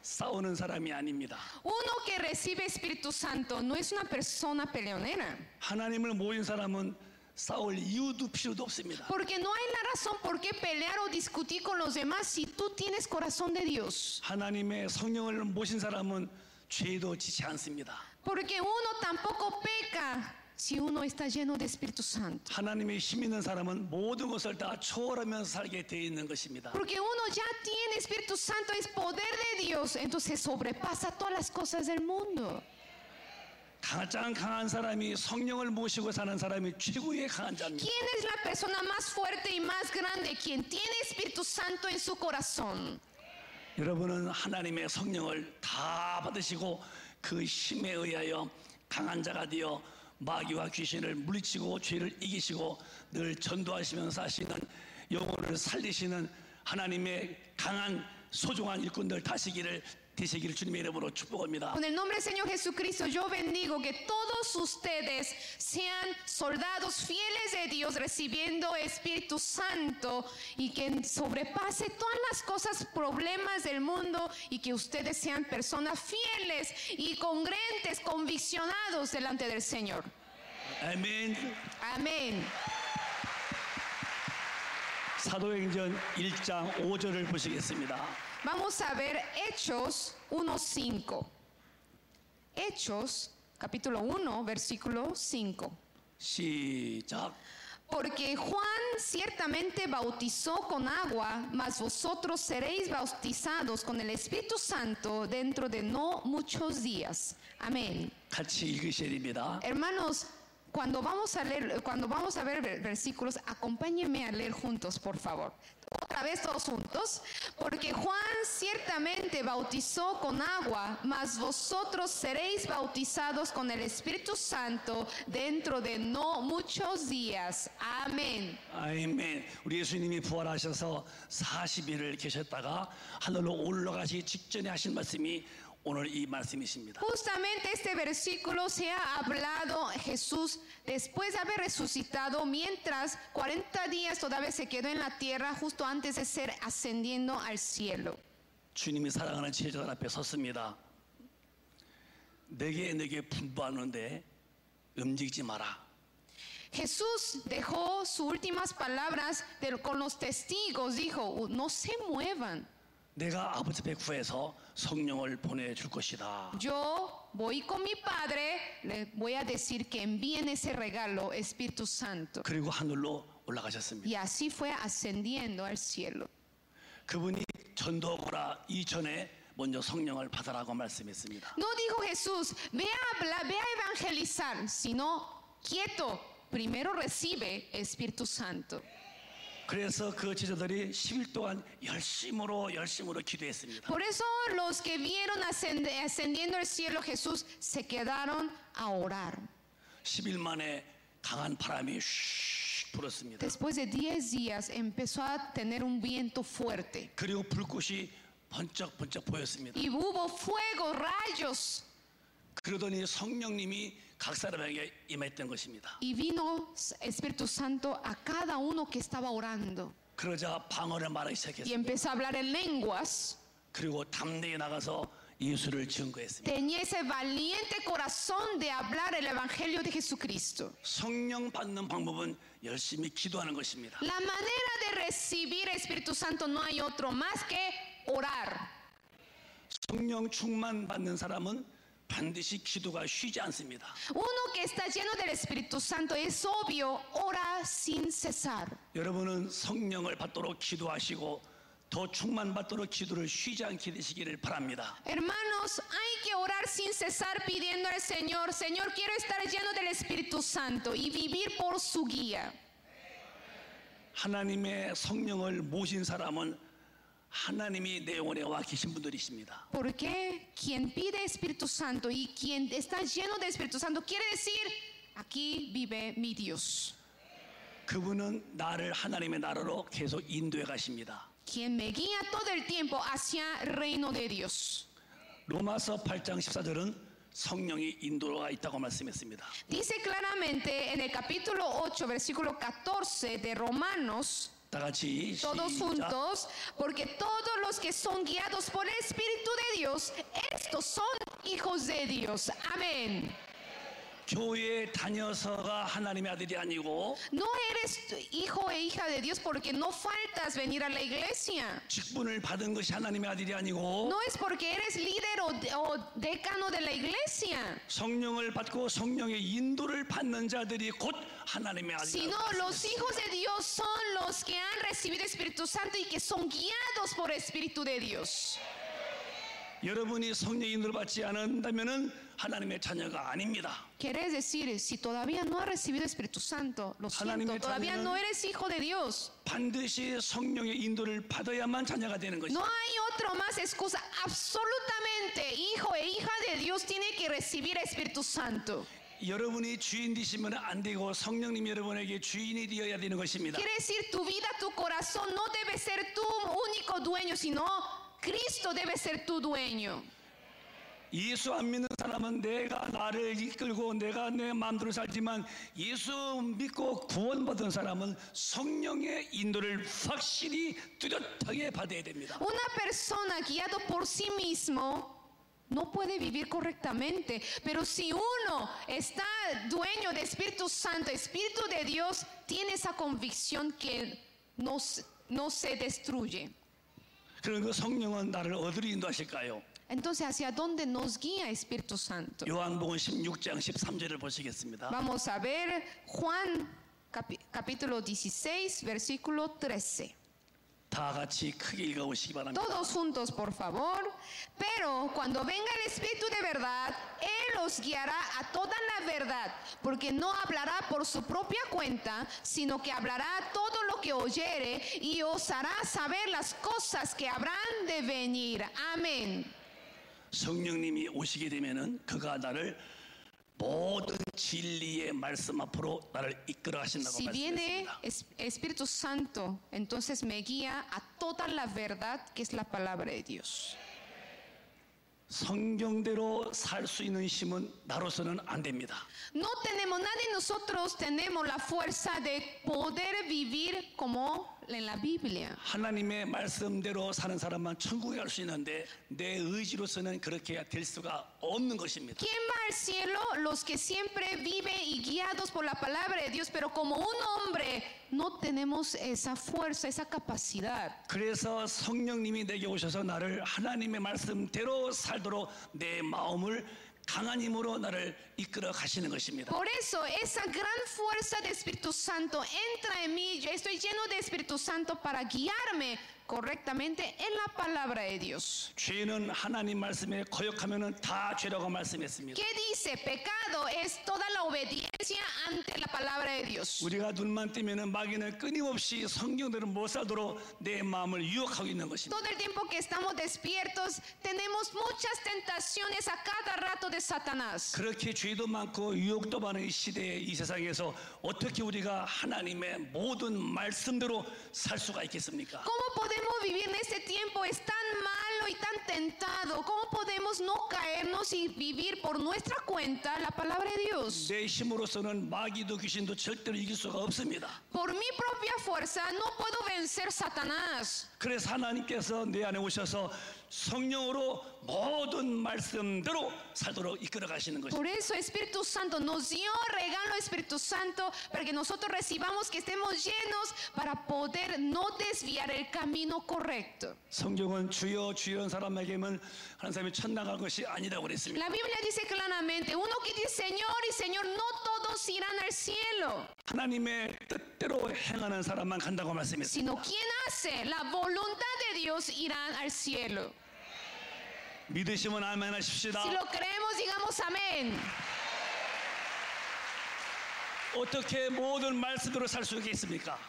Speaker 1: 싸우는 사람이 아닙니다.
Speaker 2: Uno que recibe Espíritu Santo no es una persona peleonera,
Speaker 1: 하나님을 모인 사람은 싸울 이유도 필요도 없습니다.
Speaker 2: porque no hay la razón por qué pelear o discutir con los demás si tú tienes corazón de Dios.
Speaker 1: 하나님의 성령을 모신 사람은 죄도 지지 않습니다.
Speaker 2: Porque uno tampoco peca si uno está lleno de Espíritu Santo.
Speaker 1: 하나님의 힘 있는 사람은 모든 것을 다 초월하면서 살게 되어 있는 것입니다.
Speaker 2: Porque uno ya tiene Espíritu Santo, es poder de Dios, entonces sobrepasa todas las cosas del mundo.
Speaker 1: 가장 강한 사람이 성령을 모시고 사는 사람이 최고의 강한 자입니다.
Speaker 2: ¿Quién es la persona más fuerte y más grande? Quien tiene Espíritu Santo en su corazón.
Speaker 1: 여러분은 하나님의 성령을 다 받으시고 그 힘에 의하여 강한 자가 되어 마귀와 귀신을 물리치고 죄를 이기시고 늘 전도하시면서 하시는 영혼을 살리시는 하나님의 강한 소중한 일꾼들 다시기를 되시기를 주님의 이름으로 축복합니다.
Speaker 2: Con el nombre del Señor Jesucristo, yo bendigo que todos ustedes sean soldados fieles de Dios, recibiendo Espíritu Santo y que sobrepase todas las cosas, problemas del mundo y que ustedes sean personas fieles y congruentes, conviccionados delante del Señor.
Speaker 1: 아멘.
Speaker 2: Amén.
Speaker 1: 사도행전 1장 5절을 보시겠습니다.
Speaker 2: Vamos a ver Hechos 1.5. Hechos, capítulo 1, versículo 5.
Speaker 1: 시작.
Speaker 2: Porque Juan ciertamente bautizó con agua, mas vosotros seréis bautizados con el Espíritu Santo dentro de no muchos días. Amén.
Speaker 1: 같이 읽으셔야 됩니다.
Speaker 2: Hermanos, cuando vamos a leer, cuando vamos a ver ver- versículos, acompáñenme a leer juntos, por favor. Otra vez todos juntos, porque Juan ciertamente bautizó con agua, mas vosotros seréis bautizados con el Espíritu Santo dentro de no muchos días. Amén.
Speaker 1: 아멘. 우리 예수님이 부활하셔서 40일을 계셨다가 하늘로 올라가시기 직전에 하신 말씀이 오늘 이 말씀이십니다.
Speaker 2: Justamente este versículo se ha hablado Jesús después de haber resucitado mientras 40 días todavía se quedó en la tierra justo antes de ser ascendiendo al cielo.
Speaker 1: 주님이 사랑하는 제자들 앞에 섰습니다. 내게 내게 분부하는데 움직이지 마라.
Speaker 2: Jesús dejó sus últimas palabras del- con los testigos, dijo, no se muevan,
Speaker 1: 내가 아버지 앞에 구해서 성령을 보내줄 것이다.
Speaker 2: yo voy con mi Padre, le voy a decir que envíen ese regalo, Espíritu Santo.
Speaker 1: 그리고 하늘로 올라가셨습니다.
Speaker 2: Y así fue ascendiendo al cielo.
Speaker 1: 그분이 전도하라 이전에 먼저 성령을 받으라고 말씀했습니다.
Speaker 2: No dijo Jesús, ve a hablar, ve a evangelizar, sino quieto, primero recibe Espíritu Santo.
Speaker 1: 그래서 그 제자들이 10일 동안 열심으로 열심으로 기도했습니다.
Speaker 2: Por eso los que vieron ascende- ascendiendo al cielo Jesús se quedaron a orar.
Speaker 1: 10일 만에 강한 바람이 슉 불었습니다.
Speaker 2: Después de 10 días empezó a tener un viento fuerte
Speaker 1: 그리고 불꽃이 번쩍번쩍 보였습니다.
Speaker 2: y hubo fuego, rayos
Speaker 1: 그러더니 성령님이 각 사람에게 임했던 것입니다.
Speaker 2: y vino Espíritu Santo a cada uno que estaba orando
Speaker 1: 그러자 방언을 말하기
Speaker 2: y
Speaker 1: 시작했습니다.
Speaker 2: empezó a hablar en lenguas.
Speaker 1: 그리고 담대히 나가서 예수를 증거했습니다.
Speaker 2: tenía ese valiente corazón de hablar el Evangelio de Jesucristo.
Speaker 1: 성령 받는 방법은 열심히 기도하는 것입니다.
Speaker 2: La manera de recibir Espíritu Santo no hay otro más que orar.
Speaker 1: 성령 충만 받는 사람은 반드시 기도가 쉬지 않습니다.
Speaker 2: Uno que está lleno del Espíritu Santo es obvio, ora sin cesar.
Speaker 1: 여러분은 성령을 받도록 기도하시고 더 충만 받도록 기도를 쉬지 않게 되시기를 바랍니다.
Speaker 2: Hermanos, hay que orar sin cesar pidiendo al Señor, Señor, quiero estar lleno del Espíritu Santo y vivir por su guía.
Speaker 1: 하나님의 성령을 모신 사람은 하나님이 내 영혼에 와 계신 분들이십니다.
Speaker 2: Porque quien pide Espíritu Santo y quien está lleno del Espíritu Santo quiere decir, aquí vive mi Dios.
Speaker 1: 그분은 나를 하나님의 나라로 계속 인도해 가십니다.
Speaker 2: quien me guía todo el tiempo hacia el reino de Dios.
Speaker 1: 로마서 8장 14절은 성령이 인도가 있다고 말씀했습니다.
Speaker 2: Dice claramente en el capítulo 8, versículo 14 de Romanos,
Speaker 1: 다 같이
Speaker 2: todos
Speaker 1: 시작.
Speaker 2: juntos, porque todos los que son guiados por el Espíritu de Dios, estos son hijos de Dios. Amén.
Speaker 1: 교회 다녀서가 하나님의 아들이 아니고
Speaker 2: No eres hijo e hija de Dios porque no faltas venir a la iglesia.
Speaker 1: 직분을 받은 것이 하나님의 아들이 아니고
Speaker 2: No es porque eres líder o, de- o decano de la iglesia.
Speaker 1: 성령을 받고 성령의 인도를 받는 자들이 곧 하나님의 아들이다.
Speaker 2: Sino los hijos de Dios son los que han recibido Espíritu Santo y que son guiados por Espíritu de Dios.
Speaker 1: 여러분이 성령의 인도를 받지 않는다면은 하나님의 자녀가 아닙니다.
Speaker 2: Quiere decir, si todavía no has recibido Espíritu Santo, lo siento,
Speaker 1: 하나님의
Speaker 2: todavía
Speaker 1: 자녀는-
Speaker 2: no eres hijo de Dios.
Speaker 1: 반드시 성령의 인도를 받아야만 자녀가 되는
Speaker 2: No
Speaker 1: 것입니다.
Speaker 2: hay otra más excusa. Absolutamente, hijo e hija de Dios tiene que recibir Espíritu Santo.
Speaker 1: 여러분이 주인 되시면 안 되고 성령님 여러분에게 주인이 되어야 되는 것입니다.
Speaker 2: Quiere decir, tu vida, tu corazón no debe ser tu único dueño, sino Cristo debe ser tu dueño.
Speaker 1: 예수 안 믿는 사람은 내가 나를 이끌고 내가 내 마음대로 살지만 예수 믿고 구원받은 사람은 성령의 인도를 확실히 뚜렷하게 받아야 됩니다.
Speaker 2: Una persona guiado por sí mismo no puede vivir correctamente, pero si uno está dueño de Espíritu Santo, Espíritu de Dios, tiene esa convicción que no, se- no se destruye.
Speaker 1: 그럼 그 성령은 나를 어디로 인도하실까요?
Speaker 2: Entonces, ¿hacia dónde nos guía Espíritu Santo?
Speaker 1: 요한복음 16장 13절을 보시겠습니다.
Speaker 2: Vamos a ver Juan capi- capítulo 16, versículo 13.
Speaker 1: 다 같이 크게 읽어보시기 바랍니다.
Speaker 2: Todos juntos, por favor. Pero cuando venga el Espíritu de verdad, Él los guiará a toda la verdad, porque no hablará por su propia cuenta, sino que hablará todo lo que oyere y os hará saber las cosas que habrán de venir. Amén.
Speaker 1: 성령님이 오시게 되면은 그가 나를 모든 진리의 말씀 앞으로 나를 이끌어 가신다고
Speaker 2: Si viene
Speaker 1: 말씀했습니다.
Speaker 2: es- Espíritu Santo, entonces me guía a toda la verdad que es la palabra de Dios.
Speaker 1: 성경대로 살 수 있는 힘은 나로서는 안 됩니다.
Speaker 2: No tenemos, nadie de nosotros tenemos la fuerza de poder vivir como en la Biblia.
Speaker 1: 하나님의 말씀대로 사는 사람만 천국에 갈 수 있는데 내 의지로서는 그렇게 될 수가 없는 것입니다.
Speaker 2: ¿Quién va al cielo? Los que siempre viven y guiados por la palabra de Dios, pero como un hombre no tenemos esa fuerza, esa capacidad.
Speaker 1: 그래서 성령님이 내게 오셔서 나를 하나님의 말씀대로 살도록 내 마음을 강한 힘으로 나를 이끌어 가시는 것입니다.
Speaker 2: Por eso esa gran fuerza de Espíritu Santo entra en mí. Yo estoy lleno de Espíritu Santo para guiarme correctamente en la palabra de Dios.
Speaker 1: 죄는 하나님 말씀에 거역하면 다 죄라고 말씀했습니다.
Speaker 2: ¿Qué dice? Pecado es toda la obediencia ante la palabra de Dios.
Speaker 1: 우리가 눈만 뜨면 마귀는 끊임없이 성경대로 못 살도록 내 마음을 유혹하고 있는 것입니다.
Speaker 2: Todo el tiempo que estamos despiertos tenemos muchas tentaciones a cada rato de Satanás.
Speaker 1: 그렇게 죄도 많고 유혹도 많은 이 시대에 이 세상에서 어떻게 우리가 하나님의 모든 말씀대로 살 수가 있겠습니까?
Speaker 2: ¿Cómo podemos vivir en este tiempo? Es tan malo y tan tentado. ¿Cómo podemos no caernos y vivir por nuestra cuenta la palabra de Dios?
Speaker 1: 내 힘으로서는 마귀도 귀신도 절대로 이길 수가 없습니다.
Speaker 2: Por mi propia fuerza no puedo vencer Satanás.
Speaker 1: 그래서 하나님께서 내 안에 오셔서 성령으로 모든 말씀대로 살도록 이끌어 가시는 것입니다.
Speaker 2: Por eso Espíritu Santo nos dio regalo Espíritu Santo para que nosotros recibamos que estemos llenos para poder no desviar el camino correcto.
Speaker 1: 성경은 주여 주여 한 사람에게는 하나님 사람이 천당한 것이 아니라고 그랬습니다.
Speaker 2: La Biblia dice claramente, uno que dice Señor y Señor, no todos irán al cielo,
Speaker 1: 하나님의 뜻대로 행하는 사람만 간다고 말씀했습니다.
Speaker 2: sino quien hace la voluntad de Dios irán al cielo.
Speaker 1: 믿으시면 아멘 하십시다.
Speaker 2: Si lo creemos, digamos amén.
Speaker 1: 어떻게 모든 말씀대로 살 수 있겠습니까?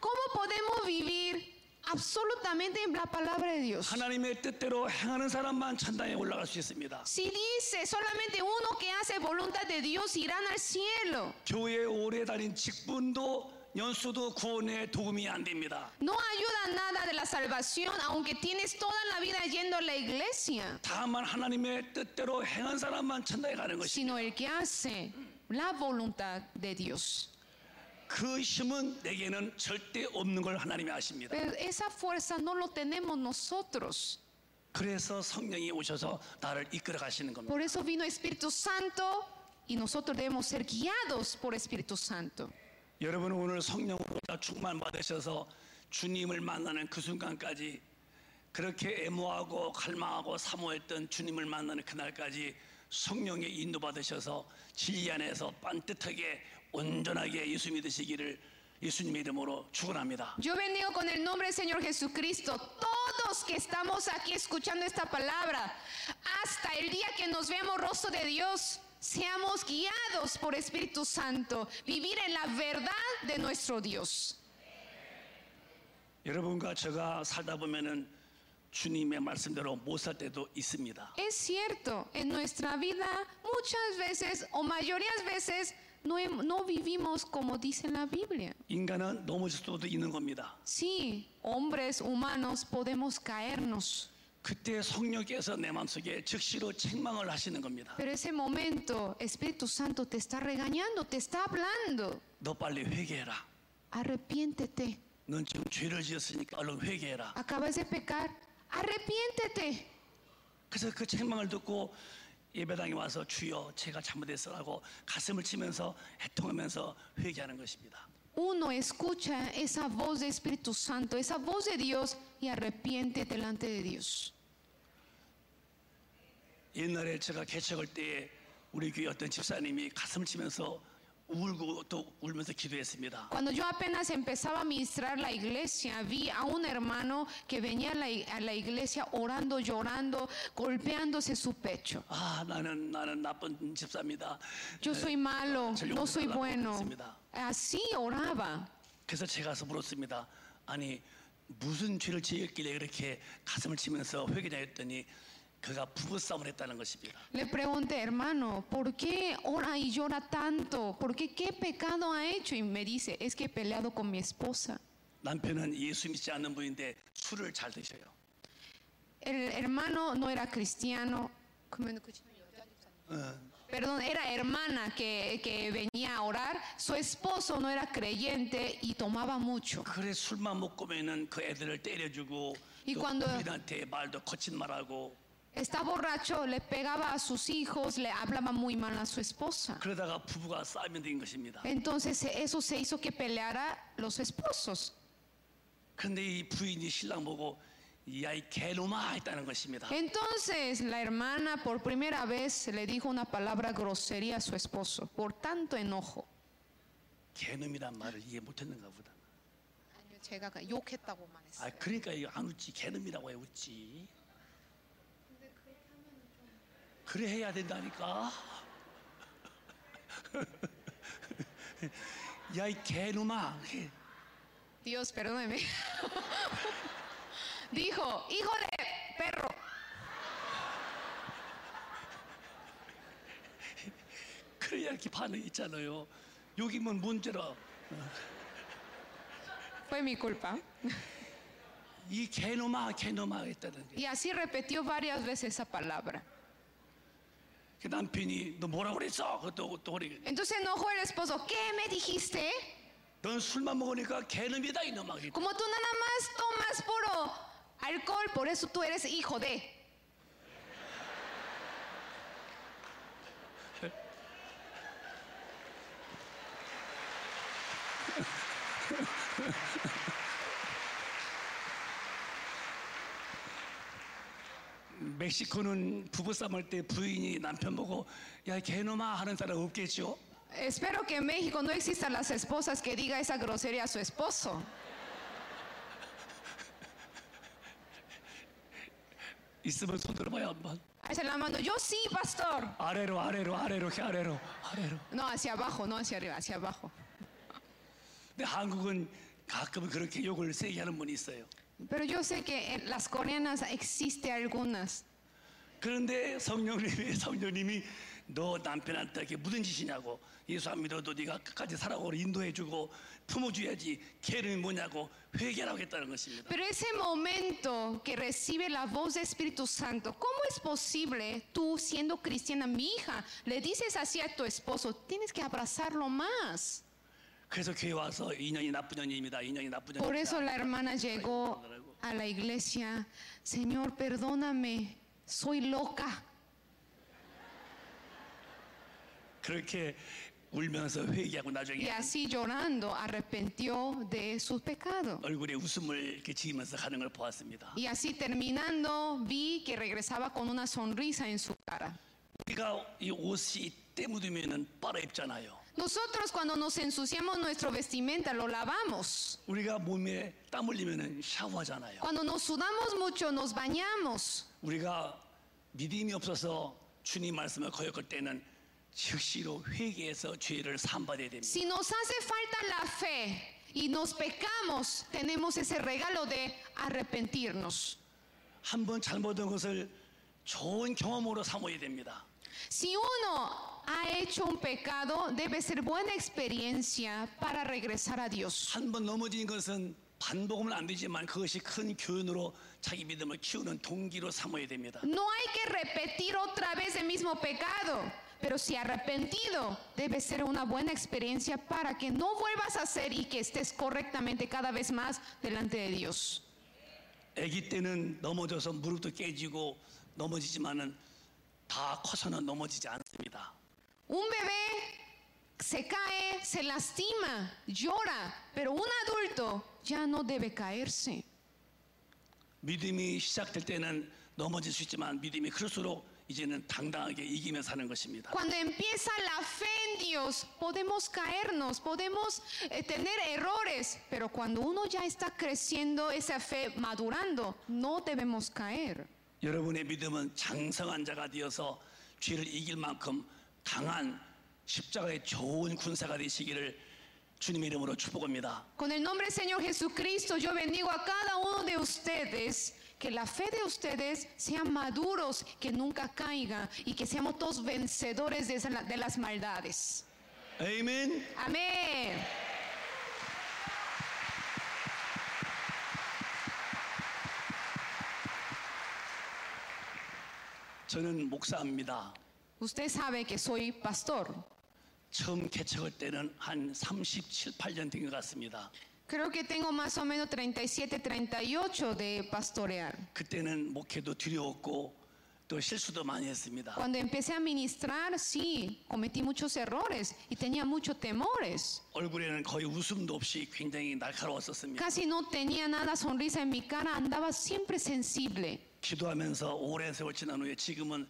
Speaker 2: ¿Cómo podemos vivir absolutamente en la palabra de Dios?
Speaker 1: 하나님의 뜻대로 행하는 사람만 천당에 올라갈 수 있습니다.
Speaker 2: Si dice solamente uno que hace voluntad de Dios irán al cielo.
Speaker 1: 교회 오래 다닌 직분도 연수도 구원에 도움이 안 됩니다.
Speaker 2: No ayuda nada de la salvación, aunque tienes toda la vida yendo a la iglesia,
Speaker 1: 다만 하나님의 뜻대로 행한 사람만 천당에 가는 것이
Speaker 2: sino el que hace la voluntad de Dios.
Speaker 1: 그 힘은 내게는 절대 없는 걸 하나님이 아십니다.
Speaker 2: Pero esa fuerza no lo tenemos nosotros.
Speaker 1: 그래서 성령이 오셔서 나를 이끌어 가시는 겁니다.
Speaker 2: Por eso vino Espíritu Santo y nosotros debemos ser guiados por Espíritu Santo.
Speaker 1: 여러분 오늘 성령으로 다 충만 받으셔서 주님을 만나는 그 순간까지 그렇게 애모하고 갈망하고 사모했던 주님을 만나는 그날까지 성령의 인도 받으셔서 진리 안에서 반듯하게 온전하게 예수 믿으시기를 예수님의 이름으로 축원합니다.
Speaker 2: Yo bendigo con el nombre del Señor Jesucristo todos que estamos aquí escuchando esta palabra. Hasta el día que nos vemos rostro de Dios, seamos guiados por Espíritu Santo, vivir en la verdad de nuestro Dios.
Speaker 1: 여러분과 제가 살다 보면은 주님의 말씀대로 못 살 때도 있습니다.
Speaker 2: Es cierto, en nuestra vida muchas veces o mayorías veces no, hem- no vivimos como dice la Biblia.
Speaker 1: 인간은 넘어질 수도 있는 겁니다.
Speaker 2: Sí, hombres humanos podemos caernos,
Speaker 1: 그때 성령께서 내 마음속에 즉시로 책망을 하시는 겁니다.
Speaker 2: pero ese momento Espíritu Santo te está regañando, te está hablando.
Speaker 1: 너 빨리 회개해라.
Speaker 2: Arrepiéntete,
Speaker 1: 넌 지금 죄를 지었으니까 얼른 회개해라.
Speaker 2: acabas de pecar, arrepiéntete.
Speaker 1: 그래서 그 책망을 듣고 예배당에 와서 주여 제가 잘못했어라고 가슴을 치면서 애통하면서 회개하는 것입니다.
Speaker 2: Uno escucha esa voz de Espíritu Santo, esa voz de Dios y arrepiente delante de Dios.
Speaker 1: 옛날에 제가 개척할 때에 우리 교회 어떤 집사님이 가슴을 치면서 울고 또 울면서 기도했습니다.
Speaker 2: Cuando yo apenas empezaba a ministrar la iglesia, vi a un hermano que venía a la, i- a la iglesia orando, llorando, golpeándose su pecho.
Speaker 1: 아 나는 나는 나쁜 집사입니다.
Speaker 2: Yo soy malo, no soy bueno. Así oraba.
Speaker 1: 그래서 제가 가서 물었습니다. 아니 무슨 죄를 지었길래 이렇게 가슴을 치면서 회개냐 했더니 그가 부부싸움을 했다는 것입니다.
Speaker 2: Le pregunté, hermano, ¿por qué ora y llora tanto? ¿Por qué qué pecado ha hecho? Y me dice, es que he peleado con mi esposa.
Speaker 1: 남편은 예수 믿지 않는 분인데 술을 잘 드셔요.
Speaker 2: El hermano no era cristiano, 그러면 그 집안 여자 집사님. Perdón, era hermana que, que venía a orar. Su esposo no era creyente y tomaba mucho.
Speaker 1: 그래 술만 먹고 면은 그 애들을 때려주고
Speaker 2: 이
Speaker 1: 또
Speaker 2: 관도요.
Speaker 1: 우리한테 말도 거친 말하고
Speaker 2: Está borracho, le pegaba a sus hijos, le hablaba muy mal a su esposa.
Speaker 1: 그러다가 부부가 싸우면 된 것입니다.
Speaker 2: 예. Entonces eso se hizo que peleara los esposos.
Speaker 1: 근데 이 부인이 신랑 보고 야 이 개놈아 했다는 것입니다.
Speaker 2: 예. Entonces la hermana por primera vez le dijo una palabra grosería a su esposo por tanto enojo.
Speaker 1: 개놈이란 말을 이해 못했는가 보다. 아 그러니까 이거 안 웃지 개놈이라고 해 웃지. 그래 해야 된다니까. 야 이 개놈아.
Speaker 2: Dios, perdóneme. dijo, hijo de perro,
Speaker 1: 그래야 이렇게 반응이 있잖아요. 여기면 뭐 문제라.
Speaker 2: fue mi culpa.
Speaker 1: 이 개놈아 개놈아 했다는 게.
Speaker 2: Y así repitió varias veces esa palabra.
Speaker 1: 그 남편이 너 뭐라 그랬어? 그것도 또 그래.
Speaker 2: Entonces enojó el esposo, ¿qué me dijiste?
Speaker 1: 넌 술만 먹으니까 개놈이다 이놈아.
Speaker 2: Como tú nada más tomas puro alcohol, por eso tú eres hijo de.
Speaker 1: 멕시코는 부부싸움 할 때 부인이 남편 보고 야 개놈아 하는 사람 없겠죠?
Speaker 2: Espero que en México no existan las esposas que diga esa grosería a su esposo.
Speaker 1: 있으면 손 들어봐요 한번
Speaker 2: Alcen la mano, yo sí, pastor.
Speaker 1: 아래로 아래로 아래로 이렇게 아래로 아래로
Speaker 2: No, hacia abajo, no hacia arriba, hacia abajo.
Speaker 1: 근데 한국은 가끔 그렇게 욕을 세게 하는 분이 있어요
Speaker 2: Pero yo sé que en las coreanas existe algunas.
Speaker 1: 그런데 성령님이 성령님이 너 남편한테 이렇게 무슨 짓이냐고 예수 안 믿어도 네가 끝까지 살아오고 인도해주고 품어줘야지 개름이 뭐냐고 회개라고 했다는 것입니다
Speaker 2: Pero ese momento que recibe la voz del Espíritu Santo, ¿cómo es posible tú siendo cristiana, mi hija, le dices así a tu esposo, tienes que abrazarlo más?
Speaker 1: 그래서 교회 와서 인연이 나쁜 년입니다 인연이 나쁜
Speaker 2: Por eso
Speaker 1: 년입니다
Speaker 2: la hermana llegó a la iglesia, Señor, perdóname, soy loca.
Speaker 1: 그렇게 울면서 회개하고
Speaker 2: Y
Speaker 1: 나중에
Speaker 2: así llorando arrepintió de sus pecados.
Speaker 1: 얼굴에 웃음을 이렇게 지으면서 가는 걸 보았습니다.
Speaker 2: Y así terminando vi que regresaba con una sonrisa en su cara.
Speaker 1: 우리가 이 옷이 때 묻으면은 빨아 입잖아요.
Speaker 2: Nosotros cuando nos ensuciamos nuestro vestimenta lo lavamos.
Speaker 1: 우리가 몸에 땀 흘리면은 샤워하잖아요.
Speaker 2: Cuando nos sudamos mucho nos bañamos.
Speaker 1: 우리가 믿음이 없어서 주님 말씀을 거역할 때는 즉시로 회개해서 죄를 산받아야 됩니다.
Speaker 2: Si nos hace falta la fe y nos pecamos, tenemos ese regalo de arrepentirnos.
Speaker 1: 한 번 잘못한 것을 좋은 경험으로 삼아야 됩니다.
Speaker 2: Si uno ha hecho un pecado, debe ser buena experiencia para regresar a Dios.
Speaker 1: 한 번 넘어진 것은 반복은 안 되지만 그것이 큰 교훈으로 자기 믿음을 키우는 동기로 삼아야 됩니다.
Speaker 2: No hay que repetir otra vez el mismo pecado, pero si arrepentido, debe ser una buena experiencia para que no vuelvas a hacer y que estés correctamente cada vez más delante de Dios.
Speaker 1: 아기 때는 넘어져서 무릎도 깨지고 넘어지지만은 다 커서는 넘어지지 않습니다.
Speaker 2: Un bebé se cae, se lastima, llora, pero un adulto ya no debe caerse.
Speaker 1: 믿음이 시작될 때는 넘어질 수 있지만 믿음이 클수록 이제는 당당하게 이기며 사는 것입니다.
Speaker 2: Cuando empieza la fe en Dios, podemos caernos, podemos eh, tener errores, pero cuando uno ya está creciendo, esa fe madurando, no debemos caer.
Speaker 1: 여러분의 믿음은 장성한 자가 되어서 죄를 이길 만큼 강한 십자가의 좋은 군사가 되시기를 주님의 이름으로 축복합니다.
Speaker 2: Con el nombre del Señor Jesucristo, yo bendigo a cada uno de ustedes. Que la fe de ustedes sean maduros, que nunca caiga y que seamos todos vencedores de, esa- de las maldades.
Speaker 1: 아멘.
Speaker 2: Amén.
Speaker 1: 저는 목사입니다.
Speaker 2: Usted sabe que soy pastor.
Speaker 1: 처음 개척할 때는 한 37, 8년 된 것 같습니다.
Speaker 2: Creo que tengo más o menos 37, 38 de pastorear.
Speaker 1: 그때는 목회도 두려웠고 또 실수도 많이 했습니다.
Speaker 2: Cuando empecé a ministrar, sí, cometí muchos errores y tenía muchos temores.
Speaker 1: 얼굴에는 거의 웃음도 없이 굉장히 날카로웠었습니다.
Speaker 2: Casi no tenía nada sonrisa en mi cara, andaba siempre sensible.
Speaker 1: 기도하면서 오랜 세월 지난 후에 지금은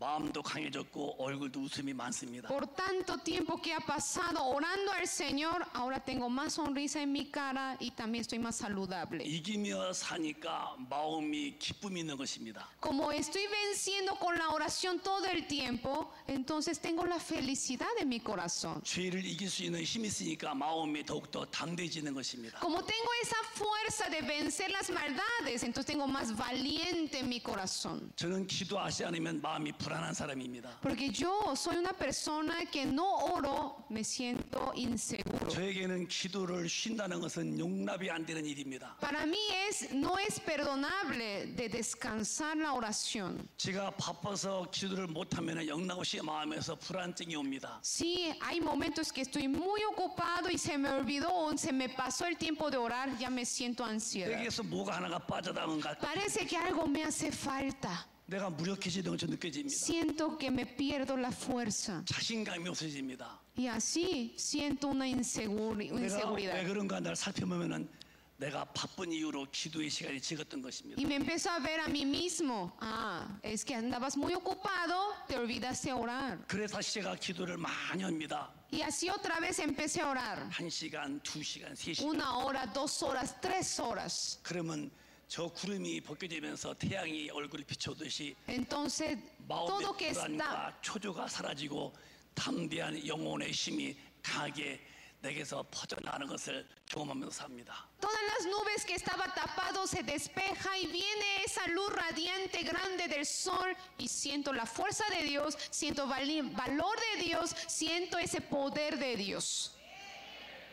Speaker 1: 마음도 강해졌고 얼굴도 웃음이 많습니다.
Speaker 2: Por tanto tiempo que ha pasado orando al Señor, ahora tengo más sonrisa en mi cara y también estoy más saludable.
Speaker 1: 이기며 사니까 마음이 기쁨이 있는 것입니다.
Speaker 2: Como estoy venciendo con la oración todo el tiempo, entonces tengo la felicidad en mi corazón.
Speaker 1: 죄를 이길 수 있는 힘이 있으니까 마음이 더욱더 담대해지는 것입니다.
Speaker 2: Como tengo esa fuerza de vencer las maldades, entonces tengo más valiente en mi corazón.
Speaker 1: 저는 기도하지 않으면 마음이 불안한 사람입니다.
Speaker 2: Porque yo soy una persona que no oro, me siento inseguro.
Speaker 1: 저에게는 기도를 쉰다는 것은 용납이 안 되는 일입니다.
Speaker 2: Para mí es no es perdonable de descansar la oración.
Speaker 1: 제가 바빠서 기도를 못하면 영락없이 마음에서 불안증이 옵니다.
Speaker 2: Sí, hay momentos que estoy muy ocupado y se me olvidó o se me pasó el tiempo de orar, ya me siento ansiedad.
Speaker 1: 여기에서 뭐가 하나가 빠져나간 것 같-
Speaker 2: Parece que algo me hace falta.
Speaker 1: 내가 무력해지는 것처럼 느껴집니다.
Speaker 2: Siento que me pierdo la fuerza
Speaker 1: 자신감이 없어집니다.
Speaker 2: y así siento una inseguri-
Speaker 1: 내가 왜
Speaker 2: inseguridad.
Speaker 1: 그런가 날 살펴보면 내가 바쁜 이유로 기도의 시간이 적었던 것입니다.
Speaker 2: Y me empiezo a ver a mí mismo. Ah, es que andabas muy ocupado, te olvidaste orar.
Speaker 1: 그래서 다시 제가 기도를 많이 합니다.
Speaker 2: Y así otra vez empecé a orar.
Speaker 1: 한시간두시간세시간
Speaker 2: Una hora, dos horas, tres horas.
Speaker 1: 그러면 저 구름이 벗겨지면서 태양이 얼굴을 비춰듯이
Speaker 2: Entonces,
Speaker 1: 마음의
Speaker 2: todo que está
Speaker 1: 불안과 초조가 사라지고 담대한 영혼의 힘이 강하게 내게서 퍼져나가는 것을 경험하면서 삽니다.
Speaker 2: Todas las nubes que estaba tapado se despeja y viene esa luz radiante grande del sol y siento la fuerza de Dios, siento vali- valor de Dios, siento ese poder de Dios.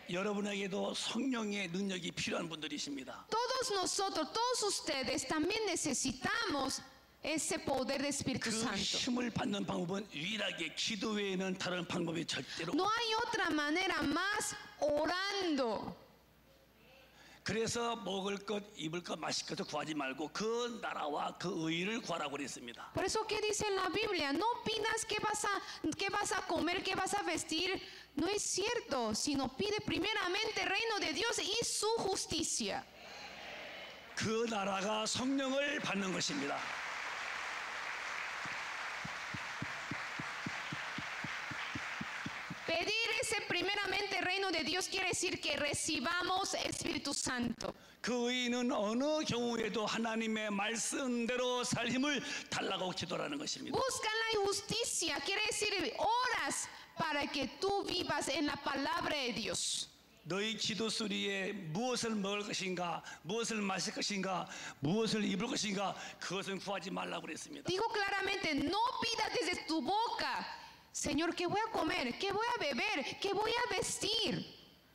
Speaker 1: 여러분에게도 성령의 능력이 필요한 분들이십니다.
Speaker 2: Todos nosotros, todos ustedes también necesitamos ese poder del Espíritu
Speaker 1: 그
Speaker 2: Santo.
Speaker 1: 힘을 받는 방법은 유일하게 기도 외에는 다른 방법이 절대로
Speaker 2: No hay otra manera más orando.
Speaker 1: 그래서 먹을 것, 입을 것, 마실 것을 구하지 말고 그 나라와 그 의를 구하라고 그랬습니다.
Speaker 2: Por eso que dice en la Biblia, no pidas qué vas a, qué vas a comer, qué vas a vestir. No es cierto, sino pide primeramente el reino de Dios y su justicia.
Speaker 1: 그 나라가 성령을 받는 것입니다.
Speaker 2: Pedir ese primeramente el reino de Dios quiere decir que recibamos Espíritu Santo.
Speaker 1: 그 의는 어느 경우에도 하나님의 말씀대로 살 힘을 달라고 기도하는 것입니다.
Speaker 2: Busca la justicia, quiere decir horas para que tú vivas en la palabra de Dios.
Speaker 1: 너희 기도 소리에 무엇을 먹을 것인가, 무엇을 마실 것인가, 무엇을 입을 것인가 그것은 구하지 말라고 그랬습니다.
Speaker 2: Dijo claramente, no pidas desde tu boca, Señor, ¿qué voy a comer? ¿Qué voy a beber? ¿Qué voy a vestir?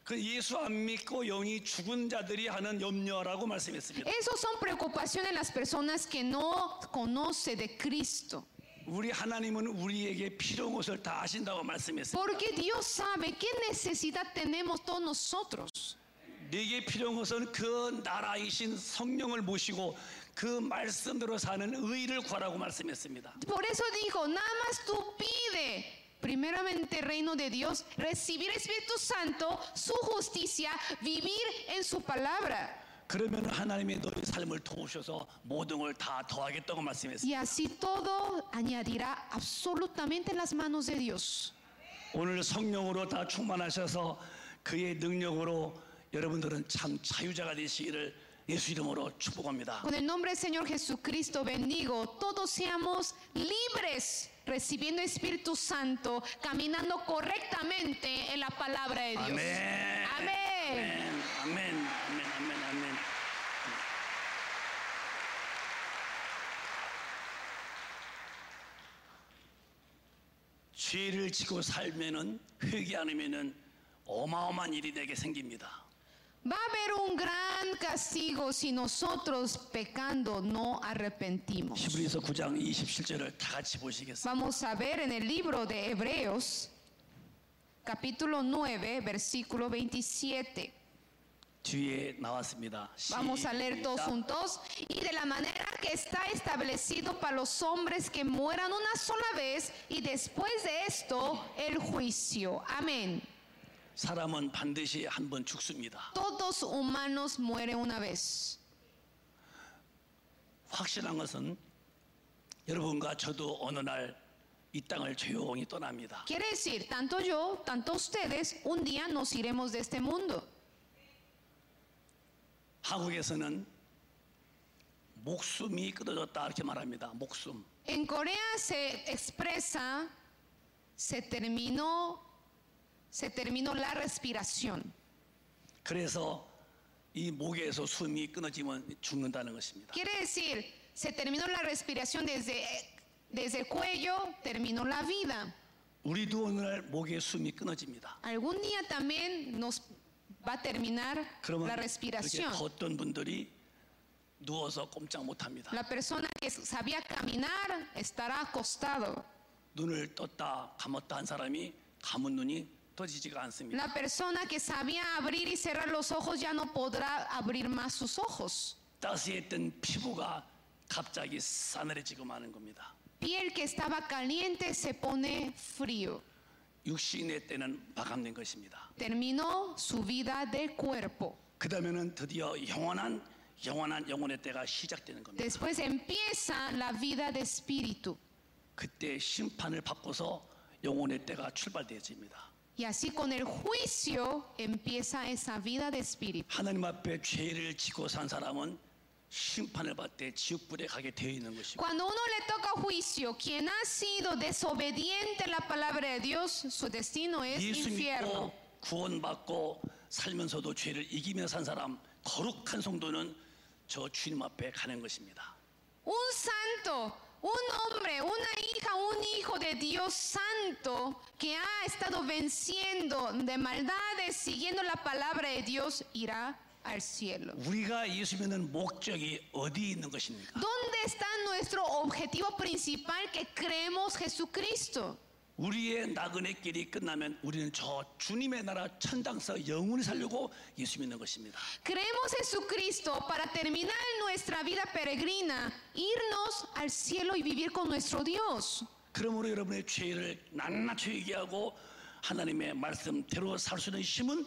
Speaker 1: 그 예수 안 믿고 영이 죽은 자들이 하는 염려라고 말씀했습니다.
Speaker 2: Esas son preocupaciones de las personas que no conoce de Cristo.
Speaker 1: 우리 하나님은 우리에게 필요한 것을 다 아신다고 말씀했습니다.
Speaker 2: Porque Dios sabe qué necesidad tenemos todos nosotros.
Speaker 1: 네게 필요한 것은 그 나라이신 성령을 모시고 그 말씀대로 사는 의를 구하라고 말씀했습니다.
Speaker 2: Por eso dijo, nada más tú pide primeramente el reino de Dios, recibir el Espíritu Santo, su justicia, vivir en su palabra.
Speaker 1: 그러면 하나님이 너희 삶을 도우셔서 모든 걸 다 더하겠다고 말씀했습니다.
Speaker 2: Y así todo añadirá absolutamente en las manos de Dios.
Speaker 1: 오늘 성령으로 다 충만하셔서 그의 능력으로 여러분들은 참 자유자가 되시기를 예수 이름으로 축복합니다.
Speaker 2: Con el nombre del Señor Jesucristo bendigo, todos seamos libres, recibiendo Espíritu Santo, caminando correctamente en la palabra de Dios.
Speaker 1: 아멘.
Speaker 2: Amén.
Speaker 1: 아멘. 아멘. 아멘. 아멘. 아멘. 죄를 지고 살면은 회개 안 하면은 어마어마한 일이 내게 생깁니다.
Speaker 2: Va a haber un gran castigo si nosotros pecando no arrepentimos.
Speaker 1: 히브리서 9장 27절을 다 같이 보시겠습니다.
Speaker 2: Vamos a ver en el libro de Hebreos, capítulo 9, versículo 27.
Speaker 1: 뒤에 나왔습니다.
Speaker 2: Vamos a leer todos
Speaker 1: 시작.
Speaker 2: juntos. Y de la manera que está establecido para los hombres que mueran una sola vez y después de esto el juicio. Amén.
Speaker 1: 사람은 반드시 한 번 죽습니다.
Speaker 2: Todos humanos mueren una vez.
Speaker 1: 확실한 것은 여러분과 저도 어느 날 이 땅을 조용히 떠납니다.
Speaker 2: Quiere decir, tanto yo, tanto ustedes, un día nos iremos de este mundo.
Speaker 1: 한국에서는 목숨이 끊어졌다 이렇게 말합니다. 목숨.
Speaker 2: En Corea se expresa, se terminó, se terminó la respiración.
Speaker 1: 그래서 이 목에서 숨이 끊어지면 죽는다는 것입니다.
Speaker 2: Quiere decir, se terminó la respiración desde, desde el cuello, terminó la vida.
Speaker 1: 우리도 어느 날 목에 숨이 끊어집니다.
Speaker 2: Algún día también nos va a terminar
Speaker 1: 그러면
Speaker 2: la
Speaker 1: 이렇게
Speaker 2: respiración.
Speaker 1: 걷던 분들이 누워서 꼼짝 못합니다.
Speaker 2: La persona que sabía caminar estará acostado.
Speaker 1: 눈을 떴다 감았다 한 사람이 감은 눈이 떠지지가 않습니다.
Speaker 2: La persona que sabía abrir y cerrar los ojos ya no podrá abrir más sus ojos.
Speaker 1: 따스했던 피부가 갑자기 싸늘해지고 마는 겁니다.
Speaker 2: Piel que estaba caliente se pone frío.
Speaker 1: 육신의 때는 마감된 것입니다.
Speaker 2: Terminó su vida del cuerpo.
Speaker 1: 그 다음에는 드디어 영원한 영원한 영혼의 때가 시작되는 겁니다.
Speaker 2: Después empieza la vida de espíritu.
Speaker 1: 그때 심판을 받고서 영혼의 때가 출발되어집니다.
Speaker 2: Y así con el juicio empieza esa vida de espíritu.
Speaker 1: 하나님 앞에 죄를 지고 산 사람은 심판을 받되 지옥불에 가게 되어 있는 것이고
Speaker 2: Cuando uno le toca juicio, quien ha sido desobediente a la palabra de Dios, su destino es
Speaker 1: 예수
Speaker 2: infierno.
Speaker 1: 믿고 구원받고 살면서도 죄를 이기며 산 사람 거룩한 성도는 저 주님 앞에 가는 것입니다.
Speaker 2: Un santo, un hombre, una hija, un hijo de Dios santo que ha estado venciendo de maldades, siguiendo la palabra de Dios, irá al cielo.
Speaker 1: 우리가 예수 믿는 목적이 어디 있는 것입니까?
Speaker 2: ¿Dónde está nuestro objetivo principal que creemos Jesucristo?
Speaker 1: 우리의 나그네 길이 끝나면 우리는 저 주님의 나라 천당서 영원히 살려고 예수 믿는 것입니다.
Speaker 2: Creemos Jesucristo para terminar nuestra vida peregrina, irnos al cielo y vivir con nuestro Dios.
Speaker 1: 그러므로 여러분의 죄를 낱낱이 얘기하고 하나님의 말씀대로 살 수 있는 힘은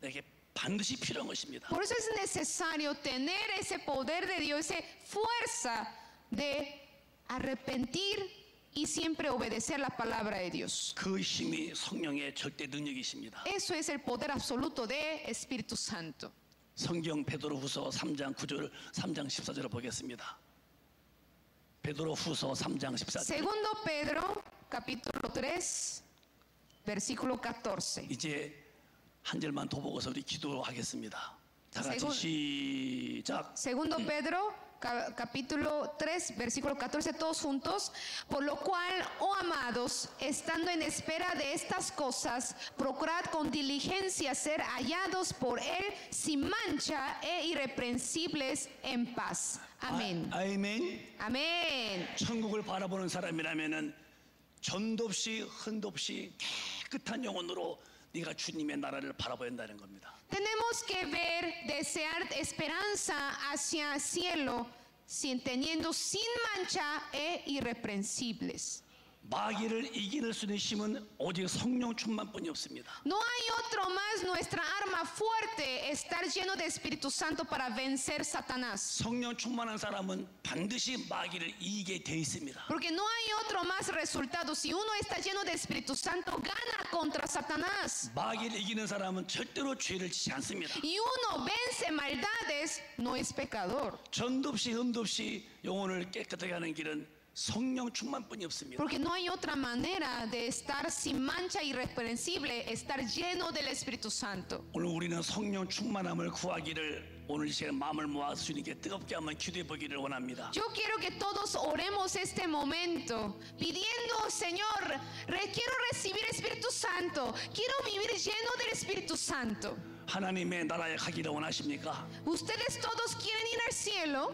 Speaker 1: 내게 반드시 필요한 것입니다.
Speaker 2: Por eso es necesario tener ese poder de Dios, esa fuerza de arrepentir y siempre obedecer la palabra de Dios.
Speaker 1: 그 힘이 성령의 절대 능력이십니다.
Speaker 2: Eso es el poder absoluto de Espíritu Santo.
Speaker 1: 성경 베드로후서 3장 9절 3장 14절을 보겠습니다. 베드로후서 3장 14절.
Speaker 2: Segundo Pedro, capítulo 3, versículo 14.
Speaker 1: 이제 한 절만 더 보고서 우리 기도하겠습니다. 다 같이
Speaker 2: 세고-
Speaker 1: 시작.
Speaker 2: Segundo Pedro, ca- capítulo 3, versículo 14, todos juntos. Por lo cual, oh amados, estando en espera de estas cosas, procurad con diligencia ser hallados por Él sin mancha e irreprensibles en paz. Amén.
Speaker 1: 아, 아멘.
Speaker 2: Amén.
Speaker 1: 천국을 바라보는 사람이라면은 전도 없이 흔도 없이 깨끗한 영혼으로 네가 주님의 나라를 바라봐야 한다는 겁니다.
Speaker 2: Tenemos que ver, desear esperanza hacia el cielo, sin teniendo sin mancha e irreprensibles.
Speaker 1: 마귀를 이길 수 있는 힘은 오직 성령 충만뿐이 없습니다.
Speaker 2: No hay otro más nuestra arma fuerte, estar lleno de Espíritu Santo para vencer Satanás.
Speaker 1: 성령 충만한 사람은 반드시 마귀를 이기게 돼 있습니다.
Speaker 2: Porque no hay otro más resultado. Si uno está lleno de Espíritu Santo, gana contra Satanás.
Speaker 1: 마귀를 이기는 사람은 절대로 죄를 지지 않습니다.
Speaker 2: Y uno vence maldades, no es pecador.
Speaker 1: 전도 없이 흔도 없이 영혼을 깨끗하게 하는 길은 성령 충만뿐이 없습니다.
Speaker 2: Porque no hay otra manera de estar sin mancha irreprensible, estar lleno del Espíritu Santo.
Speaker 1: 오늘 우리는 성령 충만함을 구하기를 오늘 이 시간 마음을 모아 주님께 뜨겁게 한번 기도해 보기를 원합니다.
Speaker 2: Yo quiero que todos oremos este momento, pidiendo, Señor, re- quiero recibir Espíritu Santo, quiero vivir lleno del Espíritu Santo.
Speaker 1: 하나님의 나라에 가기를 원하십니까?
Speaker 2: ¿Ustedes todos quieren ir al cielo?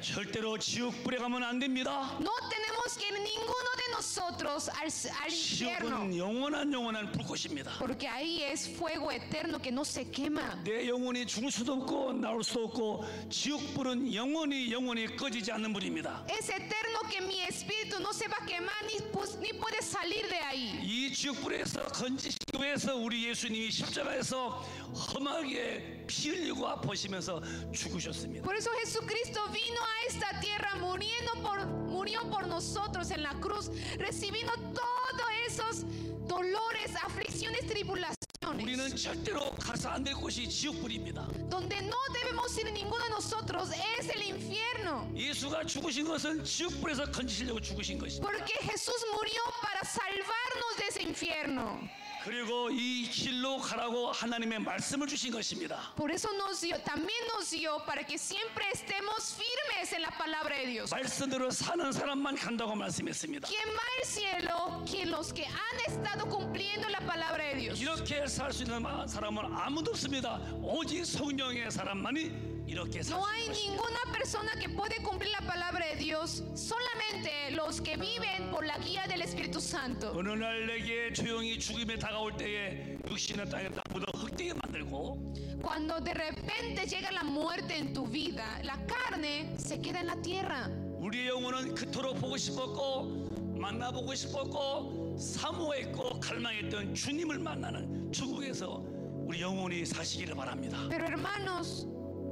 Speaker 1: 절대로 지옥불에 가면 안 됩니다.
Speaker 2: No tenemos que ir ninguno de nosotros al, al infierno.
Speaker 1: 지옥은 영원한 영원한 불꽃입니다.
Speaker 2: Porque ahí es fuego eterno que no se quema.
Speaker 1: 내 영혼이 죽을 수도 없고 나올 수도 없고 지옥불은 영원히 영원히 꺼지지 않는 불입니다.
Speaker 2: Es eterno que mi espíritu no se va a quemar ni, pu- ni puede salir de ahí.
Speaker 1: 이 지옥불에서 건지시기 위해서 우리 예수님이 십자가에서 험하게 피 흘리고 아프시면서 죽으셨습니다.
Speaker 2: Por eso Jesucristo vino a esta tierra muriendo por, murió por nosotros en la cruz, recibiendo todos esos dolores, aflicciones,
Speaker 1: 우리는
Speaker 2: tribulaciones.
Speaker 1: 절대로 가서 안 될 곳이 지옥불입니다.
Speaker 2: Donde no debemos ir ninguno de nosotros es el infierno.
Speaker 1: 예수가 죽으신 것은 지옥불에서 건지시려고 죽으신 것입니다.
Speaker 2: Porque Jesús murió para salvarnos de ese infierno.
Speaker 1: 그리고 이 길로 가라고 하나님의 말씀을 주신 것입니다.
Speaker 2: Por eso nos dio, también nos dio para que siempre estemos firmes en la palabra de Dios.
Speaker 1: 말씀대로 사는 사람만 간다고 말씀했습니다.
Speaker 2: Quien va al cielo, quien los que han estado cumpliendo la palabra de Dios.
Speaker 1: 이렇게 살 수 있는 사람은 아무도 없습니다. 오직 성령의 사람만이 이렇게 살
Speaker 2: No
Speaker 1: 수
Speaker 2: hay
Speaker 1: 있는 것입니다.
Speaker 2: ninguna persona que puede cumplir la palabra de Dios, solamente los que viven por la guía del Espíritu Santo.
Speaker 1: 어느 날 내게 조용히 죽음에 다가올 때에 육신의 땅에 나보다 흑되게 만들고
Speaker 2: Cuando de repente llega la muerte en tu vida, la carne se queda en la tierra.
Speaker 1: 우리의 영혼은 그토록 보고 싶었고 만나보고 싶었고 사모했고 갈망했던 주님을 만나는 천국에서 우리 영혼이 사시기를 바랍니다.
Speaker 2: Pero hermanos,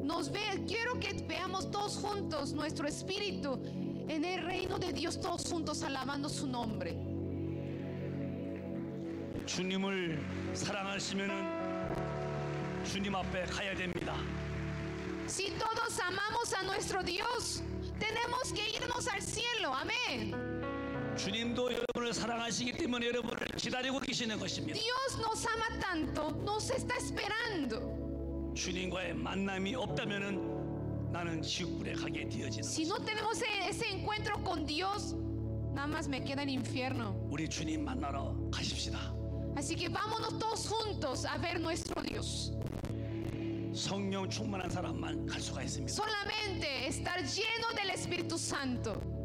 Speaker 2: nos ve, quiero que veamos todos juntos nuestro espíritu en el reino de Dios, todos juntos alabando su nombre.
Speaker 1: 주님을 사랑하시면은 주님 앞에 가야 됩니다.
Speaker 2: Si todos amamos a nuestro Dios, tenemos que irnos al cielo. Amén.
Speaker 1: 주님도 여러분을 사랑하시기 때문에 여러분을 기다리고 계시는 것입니다.
Speaker 2: Dios nos ama tanto, nos está esperando.
Speaker 1: 주님과의 만남이 없다면은 나는 지옥불에 가게 되어지는
Speaker 2: Si no tenemos e- ese encuentro con Dios, nada más me queda el infierno.
Speaker 1: 우리 주님 만나러 가십시다.
Speaker 2: Así que vámonos todos juntos a ver nuestro Dios.
Speaker 1: 성령 충만한 사람만 갈 수가 있습니다.
Speaker 2: Solamente estar lleno del Espíritu Santo.